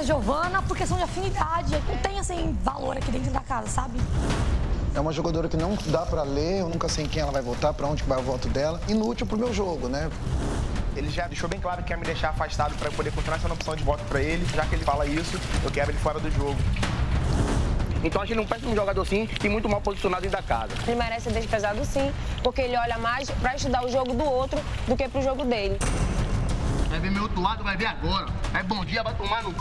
e Giovana por questão de afinidade. Não tem, assim, valor aqui dentro da casa, sabe? É uma jogadora que não dá pra ler, eu nunca sei em quem ela vai votar, pra onde que vai o voto dela. Inútil pro meu jogo, né? Ele já deixou bem claro que quer me deixar afastado pra eu poder continuar sendo opção de voto pra ele. Já que ele fala isso, eu quero ele fora do jogo. Então acho ele um péssimo jogador assim sim e muito mal posicionado dentro da casa. Ele merece ser despesado sim, porque ele olha mais pra estudar o jogo do outro do que pro jogo dele. Vai ver meu outro lado, vai ver agora. Aí bom dia, vai tomar no c...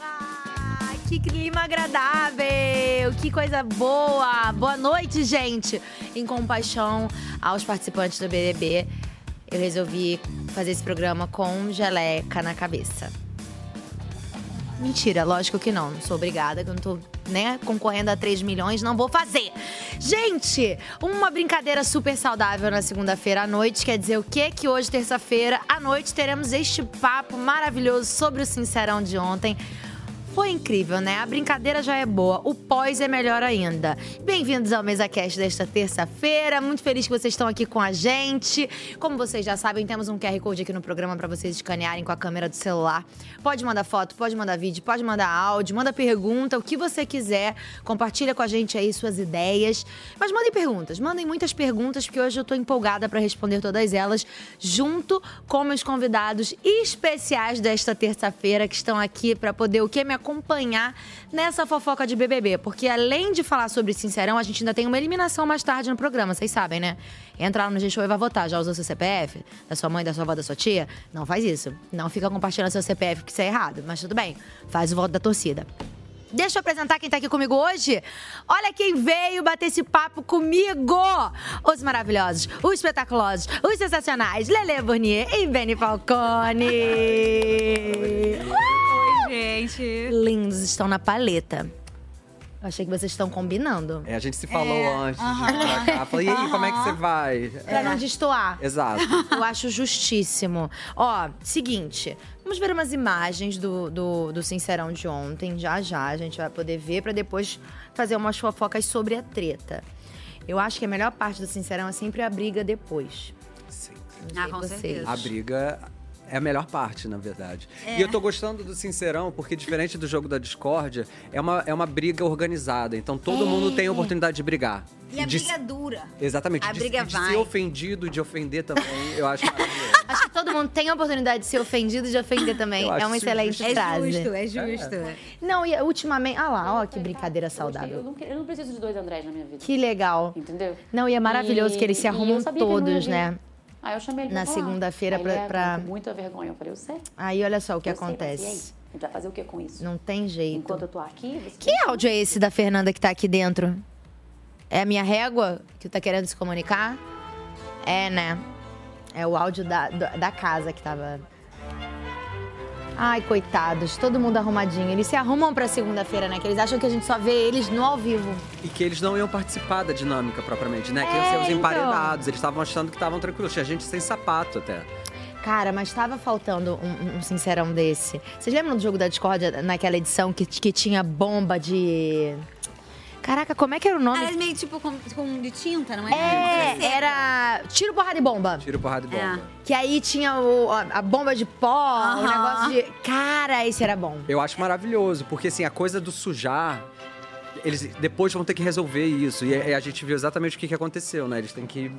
Ah, Que clima agradável, que coisa boa. Boa noite, gente. Em compaixão aos participantes do BBB, eu resolvi fazer esse programa com geleca na cabeça. Mentira, lógico que não. Não sou obrigada, que eu não tô, né, concorrendo a 3 milhões, não vou fazer. Gente, uma brincadeira super saudável na segunda-feira à noite. Quer dizer o quê? Que hoje, terça-feira, à noite, teremos este papo maravilhoso sobre o Sincerão de ontem. Foi incrível, né? A brincadeira já é boa, o pós é melhor ainda. Bem-vindos ao MesaCast desta terça-feira. Muito feliz que vocês estão aqui com a gente. Como vocês já sabem, temos um QR Code aqui no programa para vocês escanearem com a câmera do celular. Pode mandar foto, pode mandar vídeo, pode mandar áudio, manda pergunta, o que você quiser. Compartilha com a gente aí suas ideias. Mas mandem perguntas, mandem muitas perguntas, porque hoje eu tô empolgada para responder todas elas junto com meus convidados especiais desta terça-feira que estão aqui para poder o que me acompanhar nessa fofoca de BBB, porque além de falar sobre sincerão, a gente ainda tem uma eliminação mais tarde no programa, vocês sabem, né? Entrar lá no G-Show e vai votar, já usou seu CPF, da sua mãe, da sua avó, da sua tia? Não faz isso. Não fica compartilhando seu CPF, porque isso é errado, mas tudo bem. Faz o voto da torcida. Deixa eu apresentar quem tá aqui comigo hoje. Olha quem veio bater esse papo comigo! Os maravilhosos, os espetaculosos, os sensacionais, Lele Bournier e Beni Falcone. Oi, gente. Lindos estão na paleta. Eu achei que vocês estão combinando. É, a gente se falou antes de vir pra cá. Falei, e aí, como é que você vai? É. Pra não destoar. Exato. Eu acho justíssimo. Ó, seguinte. Vamos ver umas imagens do, do, do Sincerão de ontem. Já, já. A gente vai poder ver pra depois fazer umas fofocas sobre a treta. Eu acho que a melhor parte do Sincerão é sempre a briga depois. Sim. Não Ah, sei com vocês. certeza. A briga é a melhor parte, na verdade. E eu tô gostando do Sincerão, porque diferente do jogo da discórdia, é uma, é uma briga organizada. Então todo mundo tem a oportunidade de brigar. E a de briga é se- dura. Exatamente. a de, briga de vai. ser ofendido, de ofender também, eu acho maravilhoso. Acho que todo mundo tem a oportunidade de ser ofendido e de ofender também. Eu acho É uma isso excelente É frase. justo, é justo. Não, e ultimamente. Ah lá, ó, que brincadeira Eu saudável. não, eu não preciso de dois Andrés na minha vida. Que legal. Entendeu? Não, e é maravilhoso que eles E- se e eu arrumam sabia que ele não ia todos, vir. né? Aí Ah, eu chamei ele Na pra falar. segunda-feira Aí pra- ele é pra- com muita vergonha. Eu falei, eu sei. Aí olha só o que eu sei, mas e aí? acontece. A gente vai fazer o que com isso? Não tem jeito. Enquanto eu tô aqui, você... Que áudio é esse da Fernanda que tá aqui dentro? É a minha régua que tá querendo se comunicar? É, né? É o áudio da, da, da casa que tava. Ai, coitados, todo mundo arrumadinho. Eles se arrumam pra segunda-feira, né? Que eles acham que a gente só vê eles no ao vivo. E que eles não iam participar da dinâmica propriamente, né? Que É, iam ser os então. emparedados. Eles estavam achando que estavam tranquilos. Tinha gente sem sapato até. Cara, mas tava faltando um, um sincerão desse. Vocês lembram do jogo da discórdia, naquela edição que, que tinha bomba de. Caraca, como é que era o nome? Era meio tipo com, com de tinta, não é? É, era. Tiro, porrada e bomba. Tiro, porrada e É. bomba. Que aí tinha o- a, a bomba de pó, o É. Aham. negócio de. Cara, esse era bom. Eu acho maravilhoso, porque assim, a coisa do sujar. Eles depois vão ter que resolver isso. E é- a gente viu exatamente o que, que aconteceu, né? Eles têm que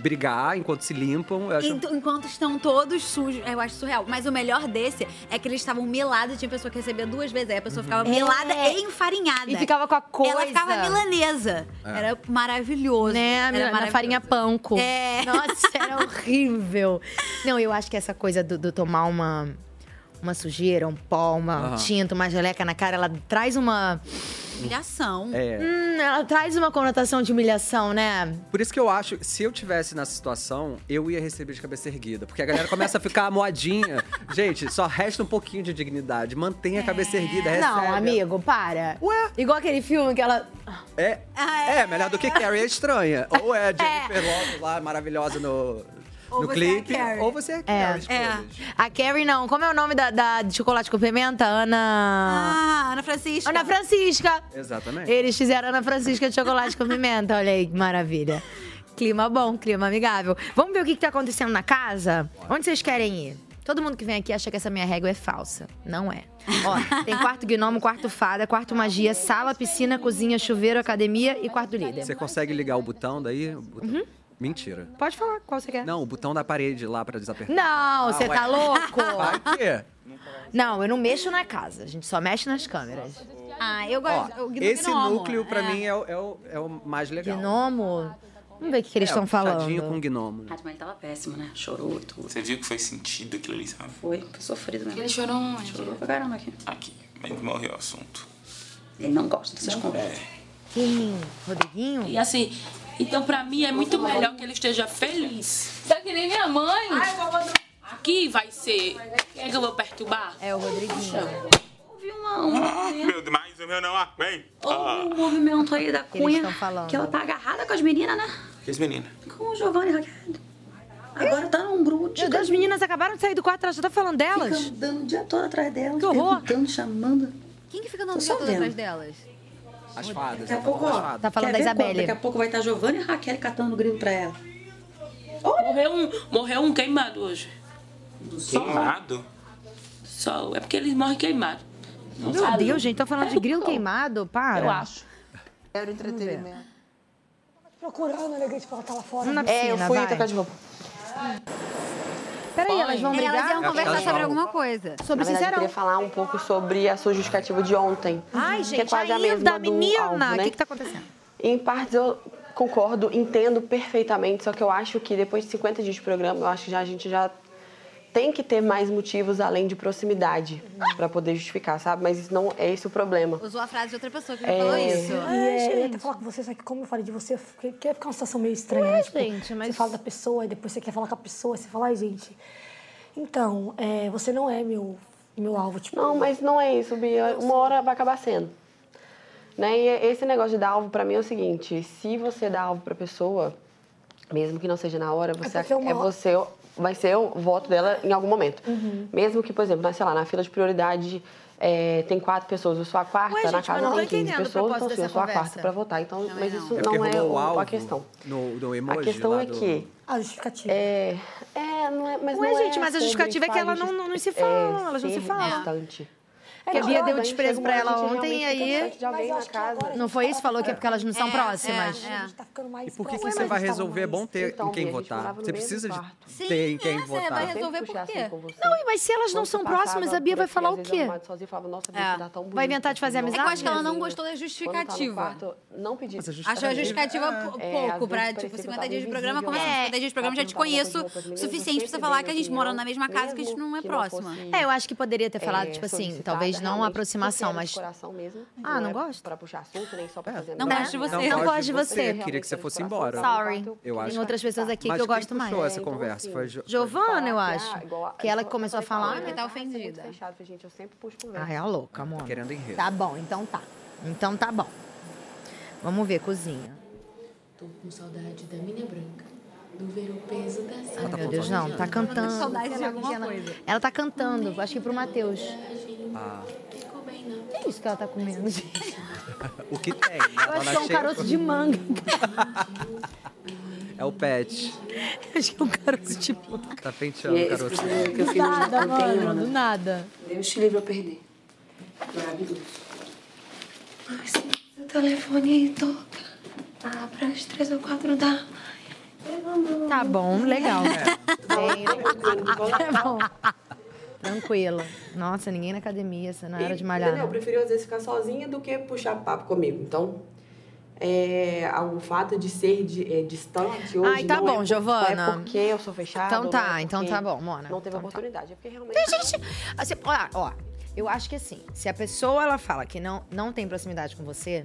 brigar enquanto se limpam. Eu acho Ent- Então, Enquanto estão todos sujos, eu acho surreal. Mas o melhor desse é que eles estavam melados, tinha pessoa que recebia duas vezes, aí a pessoa ficava É. melada e enfarinhada. E ficava com a coisa. Ela ficava milanesa. É. Era maravilhoso. Né, Era na- na maravilhoso. farinha panko. É. Nossa, era horrível. Não, eu acho que essa coisa do, do tomar uma, uma sujeira, um pó, uma Aham. tinta, uma geleca na cara, ela traz uma. Humilhação. É. Hum, ela traz uma conotação de humilhação, né? Por isso que eu acho, se eu tivesse nessa situação, eu ia receber de cabeça erguida. Porque a galera começa a ficar moadinha. Gente, só resta um pouquinho de dignidade. Mantenha a É. cabeça erguida, recebe. É. Não, amigo, para. Ué? Igual aquele filme que ela. É, Ah, é. é melhor do que Carrie é estranha. Ou é a Jennifer Lopez lá, maravilhosa no, Ou no você é a clipe. Carrie. ou você é a Carrie. É. escolhas. A Carrie não. Como é o nome da, da de chocolate com pimenta? Ana. Ah, Ana Francisca. Ana Francisca. Exatamente. Eles fizeram Ana Francisca de chocolate com pimenta. Olha aí que maravilha. Clima bom, clima amigável. Vamos ver o que, que tá acontecendo na casa? Onde vocês querem ir? Todo mundo que vem aqui acha que essa minha régua é falsa. Não é. Ó, tem quarto gnomo, quarto fada, quarto magia, sala, piscina, cozinha, chuveiro, academia e quarto líder. Você consegue ligar o botão daí? O botão- Uhum. Mentira. Pode falar qual você quer. Não, o botão da parede lá pra desapertar. É. Não, você ué. tá louco? É Vai que... Não, eu não mexo na casa. A gente só mexe nas câmeras. Ah, eu Ó, gosto. eu gnomo, esse eu amo. núcleo pra É. mim é, o- é o, é o mais legal. Gnomo? Vamos ver o que, que eles É, estão o puxadinho com falando. gnomo. né? Radmar tava péssimo, né? Chorou e tudo. Você viu que foi sentido aquilo ali, sabe? Foi, foi sofrido mesmo. Ele chorou onde? Chorou pra caramba aqui. Aqui, mas morreu o assunto. é. Ele não gosta dessas conversas. Quem? Rodriguinho? E assim, então pra mim é muito melhor que ele esteja feliz. Tá que nem minha mãe. Aqui vai ser. Quem é que eu vou perturbar? É o Rodriguinho. Houve uma, um, Meu demais, o meu não, ah, vem. houve um movimento aí da eles Cunha. tão falando. Que ela tá agarrada com as meninas, né? Esse menino. Com o Giovanni Raquel. Agora tá num grupo. Meu Deus, as meninas acabaram de sair do quarto, elas já tá falando delas? Fica andando o dia todo atrás dela, Que horror. perguntando, chamando. Quem que fica andando Tô só todo atrás vendo. delas? As fadas. Daqui a tá falando pouco, das ó. fadas. Tá falando quer da ver quando? Isabelle. Daqui a pouco vai estar Giovanni e Raquel catando grilo pra ela. Morreu um, morreu um queimado hoje. Queimado? Só. É porque eles morrem queimados. Meu Deus, gente, tá falando de grilo queimado, para. Eu acho. Era entretenimento. Procurando, né, que tipo, ela tá lá fora. Vamos na piscina, vai. de roupa. Peraí, elas vão Elas brigar? iam conversar elas sobre falam. alguma coisa. Sobre sincerão. falar um pouco sobre a sua justificativa de ontem. é Ai, gente, ainda, menina! né? O que que tá acontecendo? né? Em partes eu concordo, entendo perfeitamente, só que eu acho que depois de 50 dias de programa, eu acho que já, a gente já tem que ter mais motivos além de proximidade pra poder justificar, sabe? Mas isso não é esse o problema. Usou a frase de outra pessoa que me falou isso. Ai, gente, É. eu ia até falar com você, só que como eu falei de você, eu fiquei- quer ficar uma situação meio estranha, né? Tipo, É, gente, mas- Você fala da pessoa, e depois você quer falar com a pessoa, você fala, ai, gente, então, é, você não é meu, meu alvo, tipo... Não, mas não é isso, Bia. Uma hora vai acabar sendo. Né? E esse negócio de dar alvo pra mim é o seguinte: se você dá alvo pra pessoa, mesmo que não seja na hora, você porque é, uma- Uhum. você vai ser o voto dela em algum momento. Uhum. Mesmo que, por exemplo, na, sei lá, na fila de prioridade é, tem quatro pessoas, eu sou a quarta, Ué, gente, tá na casa mas não tô tem 15 entendendo o pessoas, propósito então sim, eu dessa sou a conversa. quarta pra votar. Então, Também mas não. isso É porque não é rolou o o- alvo a questão. No, no A emoji questão lá é do- que Ah, justificativa. é, é, não é, mas Ué, não gente, é mas a sobre justificativa é que ela não- falar de- é, não- não se fala, elas não se ser falam. tá? distante. Porque a não, Bia não, deu a desprezo pra ela ontem e aí... Mas eu acho que agora- Não foi isso? Falou que é porque elas não são É, próximas? é, A gente tá ficando mais E por que, que próximo. você Ué, vai mas a gente tava resolver? É bom mais- ter Então, em quem Bia, a gente votar. morava no Você mesmo precisa quarto. de Sim, ter em quem é, você votar. vai Sempre Resolver por puxar quê? assim com você. Não, e mas se elas não Você são passava próximas, a Bia por vai aqui, falar às o vezes, é quê? arrumado sozinha, falava, "Nossa, Bia, É. você tá tão Vai inventar bonita, de fazer nossa, É que eu acho que ela não Bia, gostou da quando tá no justificativa. quarto, Não pedi. Mas a justificativa- Achou a justificativa É, pou- às pouco vezes pra, parecia tipo, que 50 tava dias de programa. invisível, Como assim, né? 50 dias de programa, eu já te Tava perguntando conheço roupa pra mim, suficiente pra você você falar que a gente deu mora na mesma casa, que a gente opinião, não é que não próxima. fosse- É, eu acho que poderia ter falado, É, tipo assim, solicitada, talvez não realmente, uma porque aproximação, era é de mas... coração mesmo, Ah, não era gosto. Pra puxar assunto, nem só pra fazer Não nada. gosto de você. Não gosto de você. Queria que você fosse Realmente, embora. era de coração, Sorry. eu Eu acho. Tem outras pessoas tá. aqui Mas que eu quem gosto mais. puxou essa então, conversa? assim, Foi a Jo- Giovana, eu falar que, acho. ah, igual a- que ela eu que começou a falei pra ela, falar. né? que "Olha, tá nossa, é muito ofendida." fechado, falei, gente, eu sempre puxo Ah, conversa. é a louca, amor. querendo enredo. Tá bom, então tá. Então tá bom. Vamos ver, cozinha. Tô com saudade da minha branca. Do ver o peso da Ai, meu Deus, não. Tá cantando. saudade de Sei lá, alguma ela- coisa. Ela tá cantando, acho que pro Matheus. Ah, Que isso que ela tá comendo, gente? O que tem? né? Eu acho que é um Ela caroço de manga. chega- É o pet. Eu acho que é um caroço de manga. Tá penteando é o caroço. que eu fiz Nada, né? mano. Do nada. Deus te livre eu perder. Maravilhoso. Ai, se o telefone aí toca. Abra as três ou quatro da. Tá bom, legal. É. É, Bem, Tá bom. Tranquila. Nossa, ninguém na academia, essa na hora de malhar. Entendeu? não. Preferiu às vezes ficar sozinha do que puxar papo comigo. Então, é, o fato de ser di- é, distante hoje. Ai, tá não bom, é, Giovana. Não é porque eu sou fechada. Então não tá, é então porque tá bom, Mona. Não teve Então tá. oportunidade, é porque realmente. Tem gente. Assim, ó, ó, eu acho que assim, se a pessoa ela fala que não, não tem proximidade com você,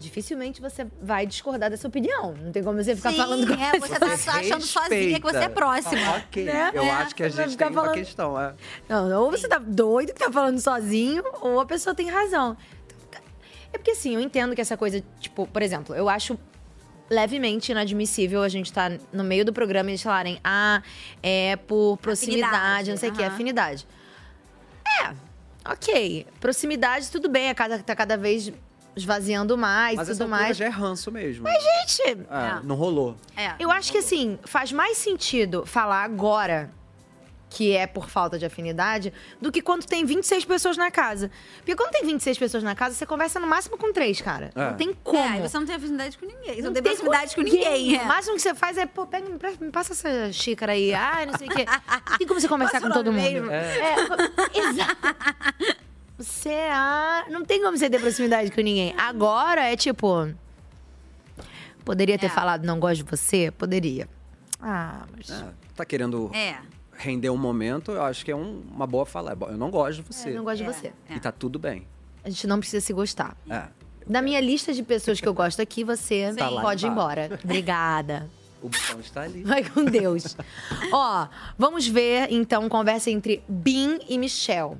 dificilmente você vai discordar dessa opinião. Não tem como você ficar Sim, falando com é, você tá só achando sozinha que você é Respeita. próxima. Ah, ok. Né? Eu É, acho que a você vai gente ficar tem uma falando- questão. é. Não, ou você tá doido que tá falando sozinho, ou a pessoa tem razão. É porque assim, eu entendo que essa coisa, tipo, por exemplo, eu acho levemente inadmissível a gente estar no meio do programa e eles falarem, ah, é por proximidade, Afinidade, não sei o que, aham. afinidade. É, ok. Proximidade, tudo bem, a casa tá cada vez esvaziando mais, Mas essa tudo altura mais. já é ranço mesmo. Gente, É, Não rolou. É. eu acho que assim, faz mais sentido falar agora que é por falta de afinidade, do que quando tem 26 pessoas na casa. Porque quando tem 26 pessoas na casa, você conversa no máximo com três, cara. É. Não tem como. É, aí você não tem afinidade com ninguém. Você não, tem tem proximidade com ninguém. ninguém. O máximo que você faz é, pô, pega, me presta- me passa essa xícara aí. Ah, não sei o quê. Não Tem como você conversar Passa com o todo nome mundo. mesmo. É, co- exato. Você ah, não tem como você ter proximidade com ninguém. Agora é tipo. Poderia É. ter falado não gosto de você? Poderia. Ah, mas. Tá querendo É. render um momento, eu acho que é um- uma boa falar. Eu não gosto de você. É, não gosto de É, você. E tá tudo bem. A gente não precisa se gostar. É. Da minha lista de pessoas que eu gosto aqui, você Tá lá pode ir embaixo. embora. Obrigada. O botão está ali. Vai com Deus. Ó, vamos ver então conversa entre Bin e Michelle.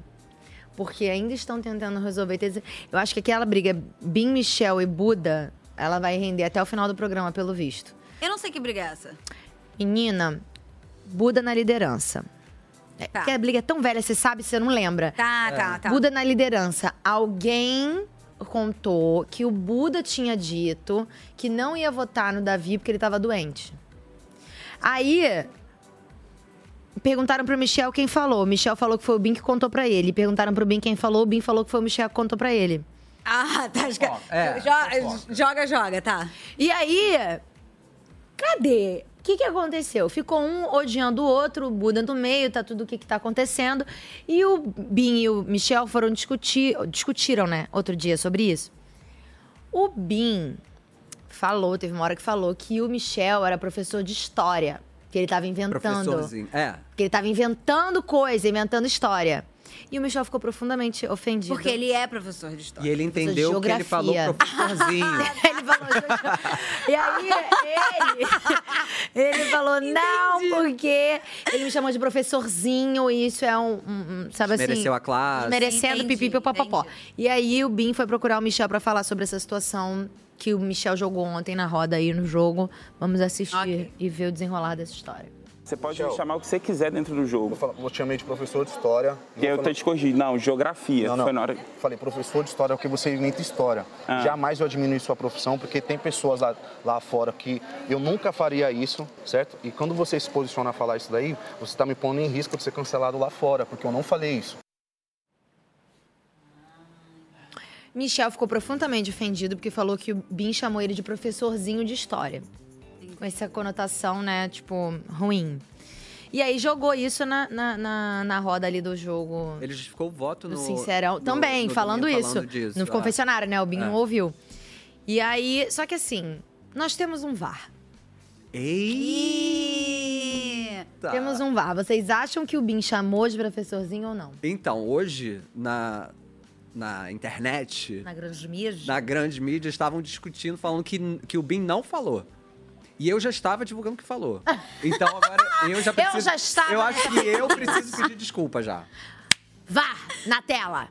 Porque ainda estão tentando resolver. Quer dizer, Eu acho que aquela briga Bin, Michelle e Buda, ela vai render até o final do programa, pelo visto. Eu não sei que briga é essa. Menina, Buda na liderança. É, Porque a briga é tão velha, você sabe, você não lembra. Tá, É. tá, tá. Buda na liderança. Alguém contou que o Buda tinha dito que não ia votar no Davi porque ele tava doente. Aí, perguntaram pro Michel quem falou. O Michel falou que foi o Bin que contou pra ele. Perguntaram pro Bin quem falou, o Bin falou que foi o Michel que contou pra ele. Ah, tá. acho que- é, Jo- Joga, joga, tá. E aí, cadê? O que, que aconteceu? Ficou um odiando o outro, o Buda no meio, tá tudo o que, que tá acontecendo. E o Bin e o Michel foram discutir, discutiram, né, outro dia sobre isso. O Bin falou, teve uma hora que falou que o Michel era professor de história, que ele tava inventando. Professorzinho. É. Que ele tava inventando coisa, inventando história. E o Michel ficou profundamente ofendido. Porque ele é professor de história. E ele entendeu que ele falou Tá. geografia. professorzinho. E aí ele, ele falou, não, porque ele me chamou de professorzinho e isso é um, um- um, sabe assim... Mereceu a classe. Merecendo pipi, papapó. E aí o Bim foi procurar o Michel pra falar sobre essa situação que o Michel jogou ontem na roda aí no jogo. Vamos assistir e ver o desenrolar dessa história. Você pode me chamar o que você quiser dentro do jogo. Eu te chamei de professor de história. E eu tô te corrigindo. Não, geografia. Não, não. Foi na hora. Falei, professor de história é porque você inventa história. Ah. Jamais eu diminuir sua profissão, porque tem pessoas lá, lá fora que eu nunca faria isso, certo? E quando você se posiciona a falar isso daí, você tá me pondo em risco de ser cancelado lá fora, porque eu não falei isso. Michel ficou profundamente ofendido porque falou que o Bim chamou ele de professorzinho de história. Com essa conotação, né, tipo, ruim. E aí jogou isso na, na, na, na roda ali do jogo. Ele justificou o voto no. No Sincerão. no- Também, no falando domingo, isso. falando disso, no é. confessionário, né? O Bim É. não ouviu. E aí, só que assim, nós temos um VAR. Eita! Temos um VAR. Vocês acham que o Bim chamou de professorzinho ou não? Então, hoje, na, na internet, Na grande mídia? na grande mídia, estavam discutindo, falando que, que o Bin não falou. E eu já estava divulgando que falou. Então agora eu já Eu preciso. já estava Eu acho que nessa. eu preciso pedir desculpa já. VAR na tela.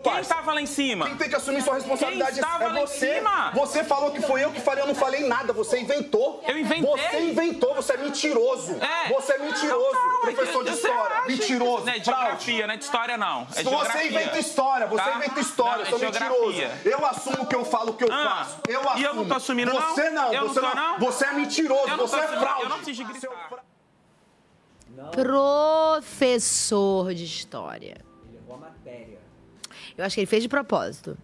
Quem estava lá em cima? Quem tem que assumir sua responsabilidade Quem estava é lá em você. cima? Você falou que foi eu que falei, eu não falei nada. Você inventou. Eu inventei? Você inventou, você é mentiroso. É. Você é mentiroso, professor de história. Mentiroso. Não é geografia, não é de história, não. É geografia. você inventa história, você Tá? inventa história, Não, eu sou é mentiroso. geografia. Eu assumo o que eu falo, o que eu Ah, faço. Eu e eu assumo. não tô assumindo, não? Você não, Eu não você tô, não? Você é mentiroso, Eu não você tô é assumindo, fraude. eu não preciso gritar. Professor de história. Eu acho que ele fez de propósito.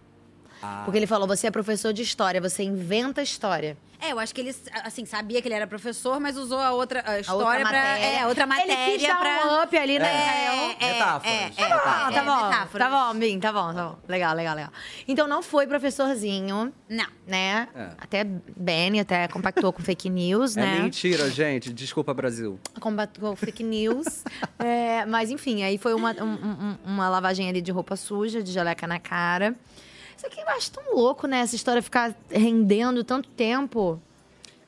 Porque ele falou: você é professor de história, você inventa história. É, eu acho que ele, assim, sabia que ele era professor, mas usou a outra a história pra. matéria. É, outra Ele matéria. quis dar pra... um up ali, né, É, Israel? é, Metáforas. É, é, Tá bom, tá é, bom, metáforas. tá bom, Bim, tá bom, tá bom. Legal, legal, legal. Então não foi professorzinho. Não. Né? É. Até Benny até compactou com fake news, É né? mentira, gente. Desculpa, Brasil. Combateu fake news. É, mas enfim, aí foi uma, um- um- uma lavagem ali de roupa suja, de jaleca na cara. Isso aqui eu acho tão louco, né? Essa história ficar rendendo tanto tempo.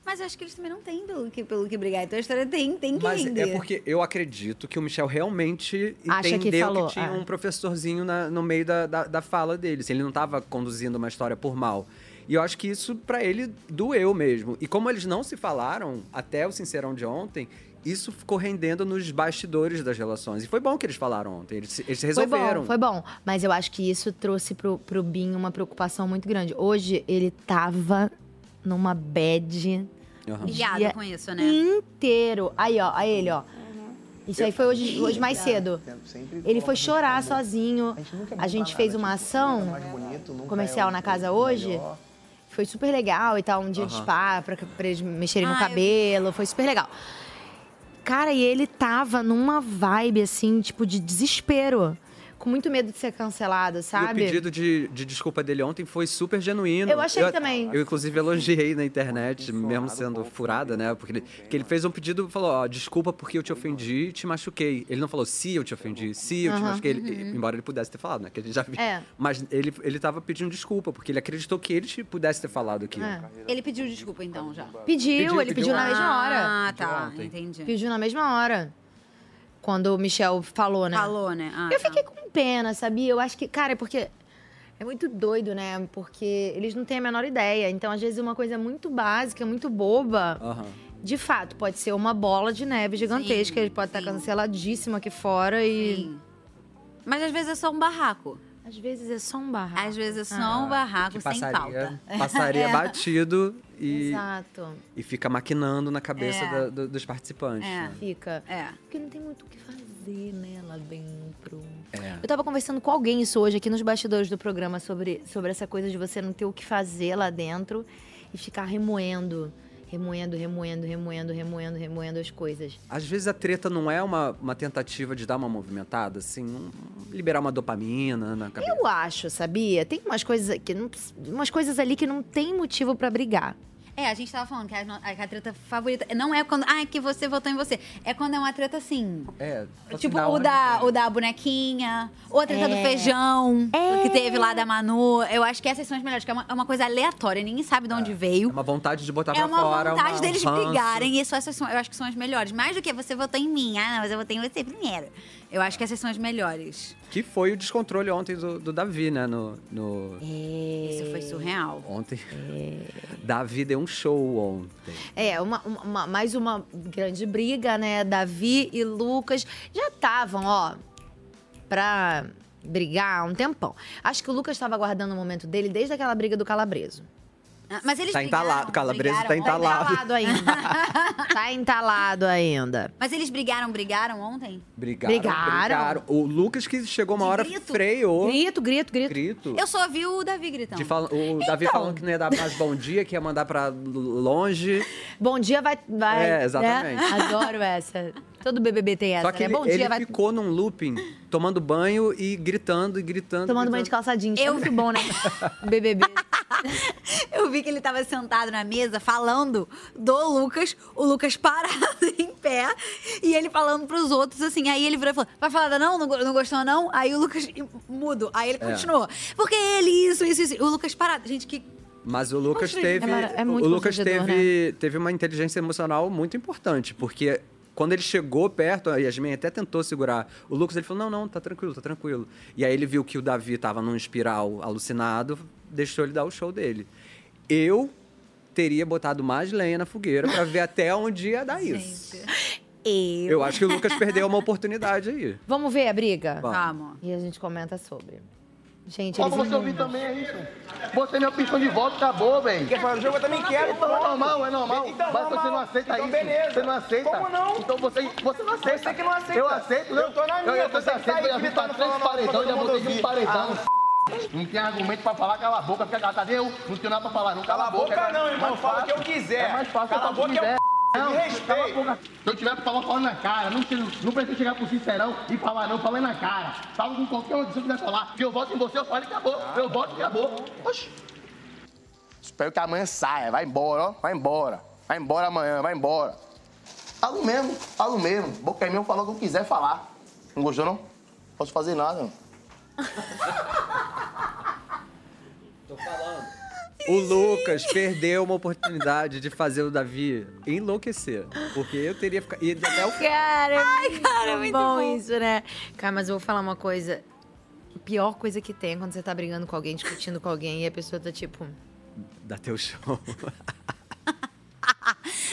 Mas eu acho que eles também não têm pelo que, pelo que brigar. Então a história tem, tem que Mas render. é porque eu acredito que o Michel realmente Acha que entendeu que, falou, tinha é. um professorzinho na- no meio da, da, da fala dele. se Ele não estava conduzindo uma história por mal. E eu acho que isso, pra ele, doeu mesmo. E como eles não se falaram até o Sincerão de ontem, isso ficou rendendo nos bastidores das relações. E foi bom que eles falaram ontem. Eles, se- eles se resolveram. Foi bom, foi bom. Mas eu acho que isso trouxe pro, pro Bin uma preocupação muito grande. Hoje ele tava numa bad. Pilhado com isso, né? Inteiro. Aí, ó, aí ele, ó. Isso aí foi hoje, hoje mais cedo. Ele foi chorar sozinho. A gente né? Tá fez uma ação é um comercial na casa hoje. Foi super legal e tal, um dia de Aham. spa pra, pra eles mexerem no Ah, eu vi. cabelo, foi super legal. Cara, e ele tava numa vibe assim, tipo, de desespero. Com muito medo de ser E cancelado, o sabe? pedido de, de desculpa dele ontem foi super genuíno. Tá, Eu achei também. Eu, inclusive, elogiei na internet, mesmo sendo furada, né? Porque ele, que ele fez um pedido e falou, ó, desculpa porque eu te ofendi e te machuquei. Ele não falou se eu te ofendi, se eu te Aham. machuquei. Ele- Uhum. Embora ele pudesse ter falado, né? Que a gente já viu. É. Mas ele, ele tava pedindo desculpa, porque ele acreditou que ele te pudesse ter falado aquilo. É. Ele pediu desculpa então já. Pediu, ele pediu, na mesma hora. Ah, tá. Ontem. Entendi. Pediu na mesma hora. Quando o Michel falou, né? Falou, né? Ah, eu fiquei com pena, sabia? Eu acho que, cara, é porque é muito doido, né? Porque eles não têm a menor ideia. Então, às vezes, uma coisa muito básica, muito boba, de fato, pode ser uma bola de neve gigantesca. ele pode estar canceladíssimo aqui fora e. Mas às vezes é só um barraco. Às vezes é só um barraco. Às vezes é só Ah, um barraco Que sem pauta. passaria, passaria É. batido e, Exato. e fica maquinando na cabeça É. da- do- dos participantes. É, né? fica. Porque não tem muito o que fazer, né, lá dentro. É. Eu tava conversando com alguém isso hoje aqui nos bastidores do programa sobre, sobre essa coisa de você não ter o que fazer lá dentro e ficar remoendo, remoendo, remoendo, remoendo, remoendo, remoendo as coisas. Às vezes a treta não é uma, uma tentativa de dar uma movimentada, assim, um- liberar uma dopamina na cabeça. Eu acho, sabia? Tem umas coisas que não, umas coisas ali que não tem motivo pra brigar. É, a gente tava falando que a, no- a treta favorita não é quando. Ah, que você votou em você. É quando é uma treta assim. É, Tipo, o da, o da bonequinha, ou a treta do É. feijão, que teve lá da Manu. Eu acho que essas são as melhores, que é uma, é uma coisa aleatória, ninguém sabe de onde veio. É uma vontade de botar é pra uma fora. vontade uma- um deles ranço. brigarem, e só essas são, eu acho que são as melhores. Mais do que você votou em mim, ah, não, mas eu votei em você primeiro. Eu acho que essas são as melhores. Que foi o descontrole ontem do, do Davi, né? No, no- É. Isso foi surreal. É. Ontem. Davi deu um show ontem. É, uma, uma- uma- mais uma grande briga, né? Davi e Lucas já estavam, ó, pra brigar há um tempão. Acho que o Lucas estava aguardando o momento dele desde aquela briga do Calabreso. Ah, Mas eles Tá brigaram, entalado, Calabreso tá brigaram ontem. entalado. Entalado ainda. tá entalado ainda. Mas eles brigaram, brigaram ontem? Brigaram, Brigaram. O Lucas que chegou uma hora, freou. Grito, grito, grito. Grito. Eu só vi o Davi Então. gritando. De fala- o Davi falando que não ia dar mais bom dia, que ia mandar pra longe. Bom dia vai. vai É, exatamente. né? Adoro essa. Todo BBB tem essa, Só que né? ele, Bom dia ele vai. ficou num looping, tomando banho e gritando, e gritando. Então, Tomando banho gritando. de calçadinho. Eu... Muito bom, né? BBB. Eu vi que ele tava sentado na mesa falando do Lucas, o Lucas parado em pé, e ele falando pros outros assim. Aí ele virou e falou: Vai falar não? Não go- não gostou não? Aí o Lucas e- mudo. Aí ele É. continuou. Porque ele, isso, isso, isso. E O Lucas parado. Gente, que. Mas o Lucas Poxa, teve. é mara- é muito o Lucas constrangedor, né? teve, teve uma inteligência emocional muito importante, porque quando ele chegou perto, a Yasmin até tentou segurar. O Lucas ele falou: não, não, tá tranquilo, tá tranquilo. E aí ele viu que o Davi tava num espiral alucinado, deixou ele dar o show dele. Eu teria botado mais lenha na fogueira pra ver até onde ia dar isso. Eu... Eu acho que o Lucas perdeu uma oportunidade aí. Vamos ver a briga? Vamos. Vamos. E a gente comenta sobre. Gente, Como eles você ouvir também é isso. Você é meu pistão de volta, acabou, velho. Quer falar do jogo? Eu também quero, Então, é pronto. normal, é normal. Então, Mas você não normal. aceita Então, isso. beleza. Você não aceita. Como não? Então você, você não aceita. Você que não aceita. Eu aceito. né? Eu tô na minha, Eu, eu tô você que tá aí aceito. Eu já vim pra gritando, três falando pra paredão, todo já mundo botei de um ouvir. paredão. Ah, Não tem argumento pra falar, cala a boca, porque cadê eu? Não tenho nada pra falar, não. Cala Cala a boca não, irmão. Fala o que eu quiser. É mais É fácil Cala eu a boca, é um quiser. eu- Não, Me cala a boca. Se eu tiver pra falar, fala na cara. Não, preciso- não precisa chegar pro sincerão e falar não, fala na cara. Fala com qualquer um, se eu quiser falar, que eu voto em você, eu falo e acabou. Eu voto e acabou. Oxi. Espero que amanhã saia. Vai embora, ó. Vai embora. Vai embora amanhã, vai embora. Falo mesmo, falo mesmo. Boca é meu, fala o que eu quiser falar. Não gostou, não? Posso fazer nada, não. O Lucas perdeu uma oportunidade de fazer o Davi enlouquecer. Porque eu teria ficado. E até o Cara, Ai, cara, muito bom, isso, né? Cara, mas eu vou falar uma coisa. A pior coisa que tem é quando você tá brigando com alguém, discutindo com alguém, e a pessoa tá tipo. Dá teu show.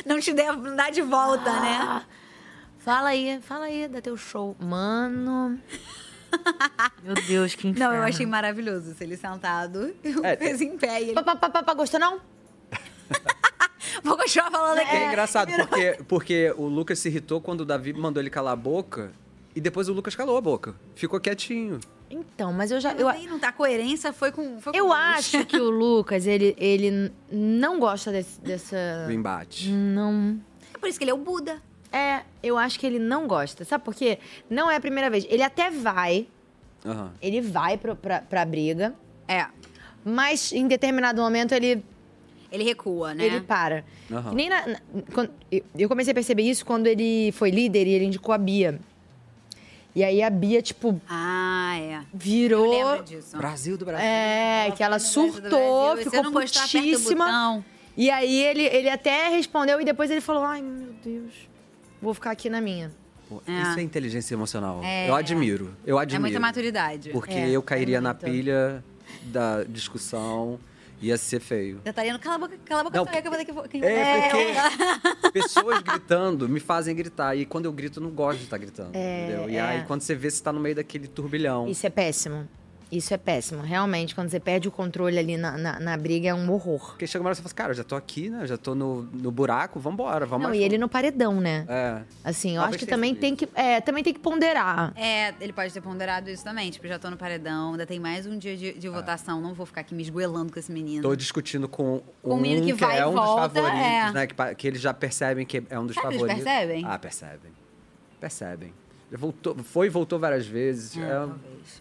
Não te deu, não dá de volta, né? Ah, Fala aí, fala aí, dá teu show. Mano. Meu Deus, que inferno. Não, eu achei maravilhoso. Se ele sentado, eu É, fez em pé. E ele... Gostou não? Vou continuar falando aqui. É engraçado, porque, porque o Lucas se irritou quando o Davi mandou ele calar a boca e depois o Lucas calou a boca. Ficou quietinho. Então, mas eu já. Eu, Aí não tá, a coerência foi com. Foi com eu Deus. acho que o Lucas, ele, ele n- não gosta desse- dessa. Do embate. Não. É por isso que ele é o Buda. É, eu acho que ele não gosta. Sabe por quê? Não é a primeira vez. Ele até vai, Aham. ele vai pro, pra, pra briga. É. Mas em determinado momento ele. Ele recua, né? Ele para. Aham. Que Nem na- na- quando- eu- eu comecei a perceber isso quando ele foi líder e ele indicou a Bia. E aí a Bia, tipo. Ah, é. Virou. Eu lembro disso. Brasil do Brasil. É, que ela surtou, Brasil. E se ficou eu não gostar, aperta o putíssima. E aí ele, ele até respondeu e depois ele falou: Ai, meu Deus, vou ficar aqui na minha. Pô, É. Isso é inteligência emocional. É. Eu admiro. Eu admiro. É maturidade. Porque É, eu cairia é na muita. pilha da discussão. Ia ser feio. Eu estaria no cala a boca, cala a boca, Não, cala a boca, que eu vou daqui. É, Pessoas gritando me fazem gritar. E quando eu grito, eu não gosto de estar gritando. É, entendeu? E é. aí, quando você vê, você tá no meio daquele turbilhão. Isso é péssimo. Isso é péssimo. Realmente, quando você perde o controle ali na, na, na briga, é um horror. Porque chega uma hora que você fala assim, cara, eu já tô aqui, né? Já tô no, no buraco, vambora, vamos Não, mais e ele no paredão, né? fundo. É. Assim, eu Talvez acho que tenha também sido tem que, é, também tem que ponderar. É, ele pode ter ponderado isso também. Tipo, já tô no paredão, ainda tem mais um dia de, de votação. Não vou ficar aqui me esgoelando com esse menino. Tô discutindo com Com o um menino que que, vai e é um volta, dos favoritos, é. né? Que, pa- que eles já percebem que é um dos Será que eles favoritos. percebem? Ah, percebem. Percebem. Já voltou, foi e voltou várias Ah, vezes. É,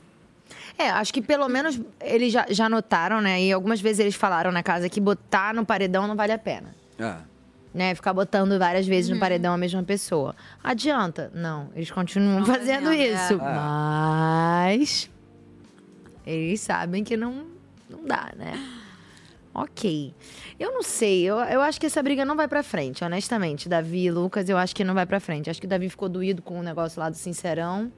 É, acho que pelo menos eles já, já notaram, né? E algumas vezes eles falaram na casa que botar no paredão não vale a pena. é. né? Ficar botando várias vezes no paredão a mesma pessoa. Adianta? Não, eles continuam fazendo, fazendo, é. isso. É. Mas eles sabem que não, não dá, né? Ok. Eu não sei, eu, eu acho que essa briga não vai pra frente, honestamente. Davi e Lucas, eu acho que não vai pra frente. Acho que o Davi ficou doído com o negócio lá do Sincerão.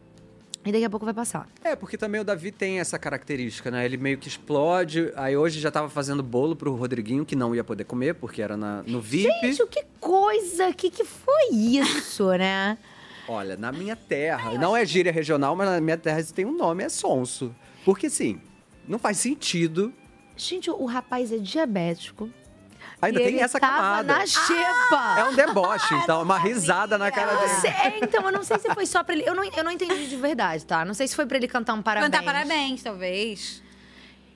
E daqui a pouco vai passar. É, porque também o Davi tem essa característica, né? Ele meio que explode. Aí hoje já tava fazendo bolo pro Rodriguinho, que não ia poder comer, porque era na- no VIP. Gente, o que coisa! O que, que foi isso, né? Olha, na minha terra, não é gíria regional, mas na minha terra isso tem um nome, é sonso. Porque, assim, não faz sentido. Gente, o rapaz é diabético. Ainda E tem ele essa tava camada. na xepa. É um deboche, então, uma risada na cara Eu não sei- dele. é, então, eu não sei se foi só pra ele. Eu não, eu não entendi de verdade, tá? Não sei se foi pra ele cantar um parabéns. Cantar parabéns, talvez.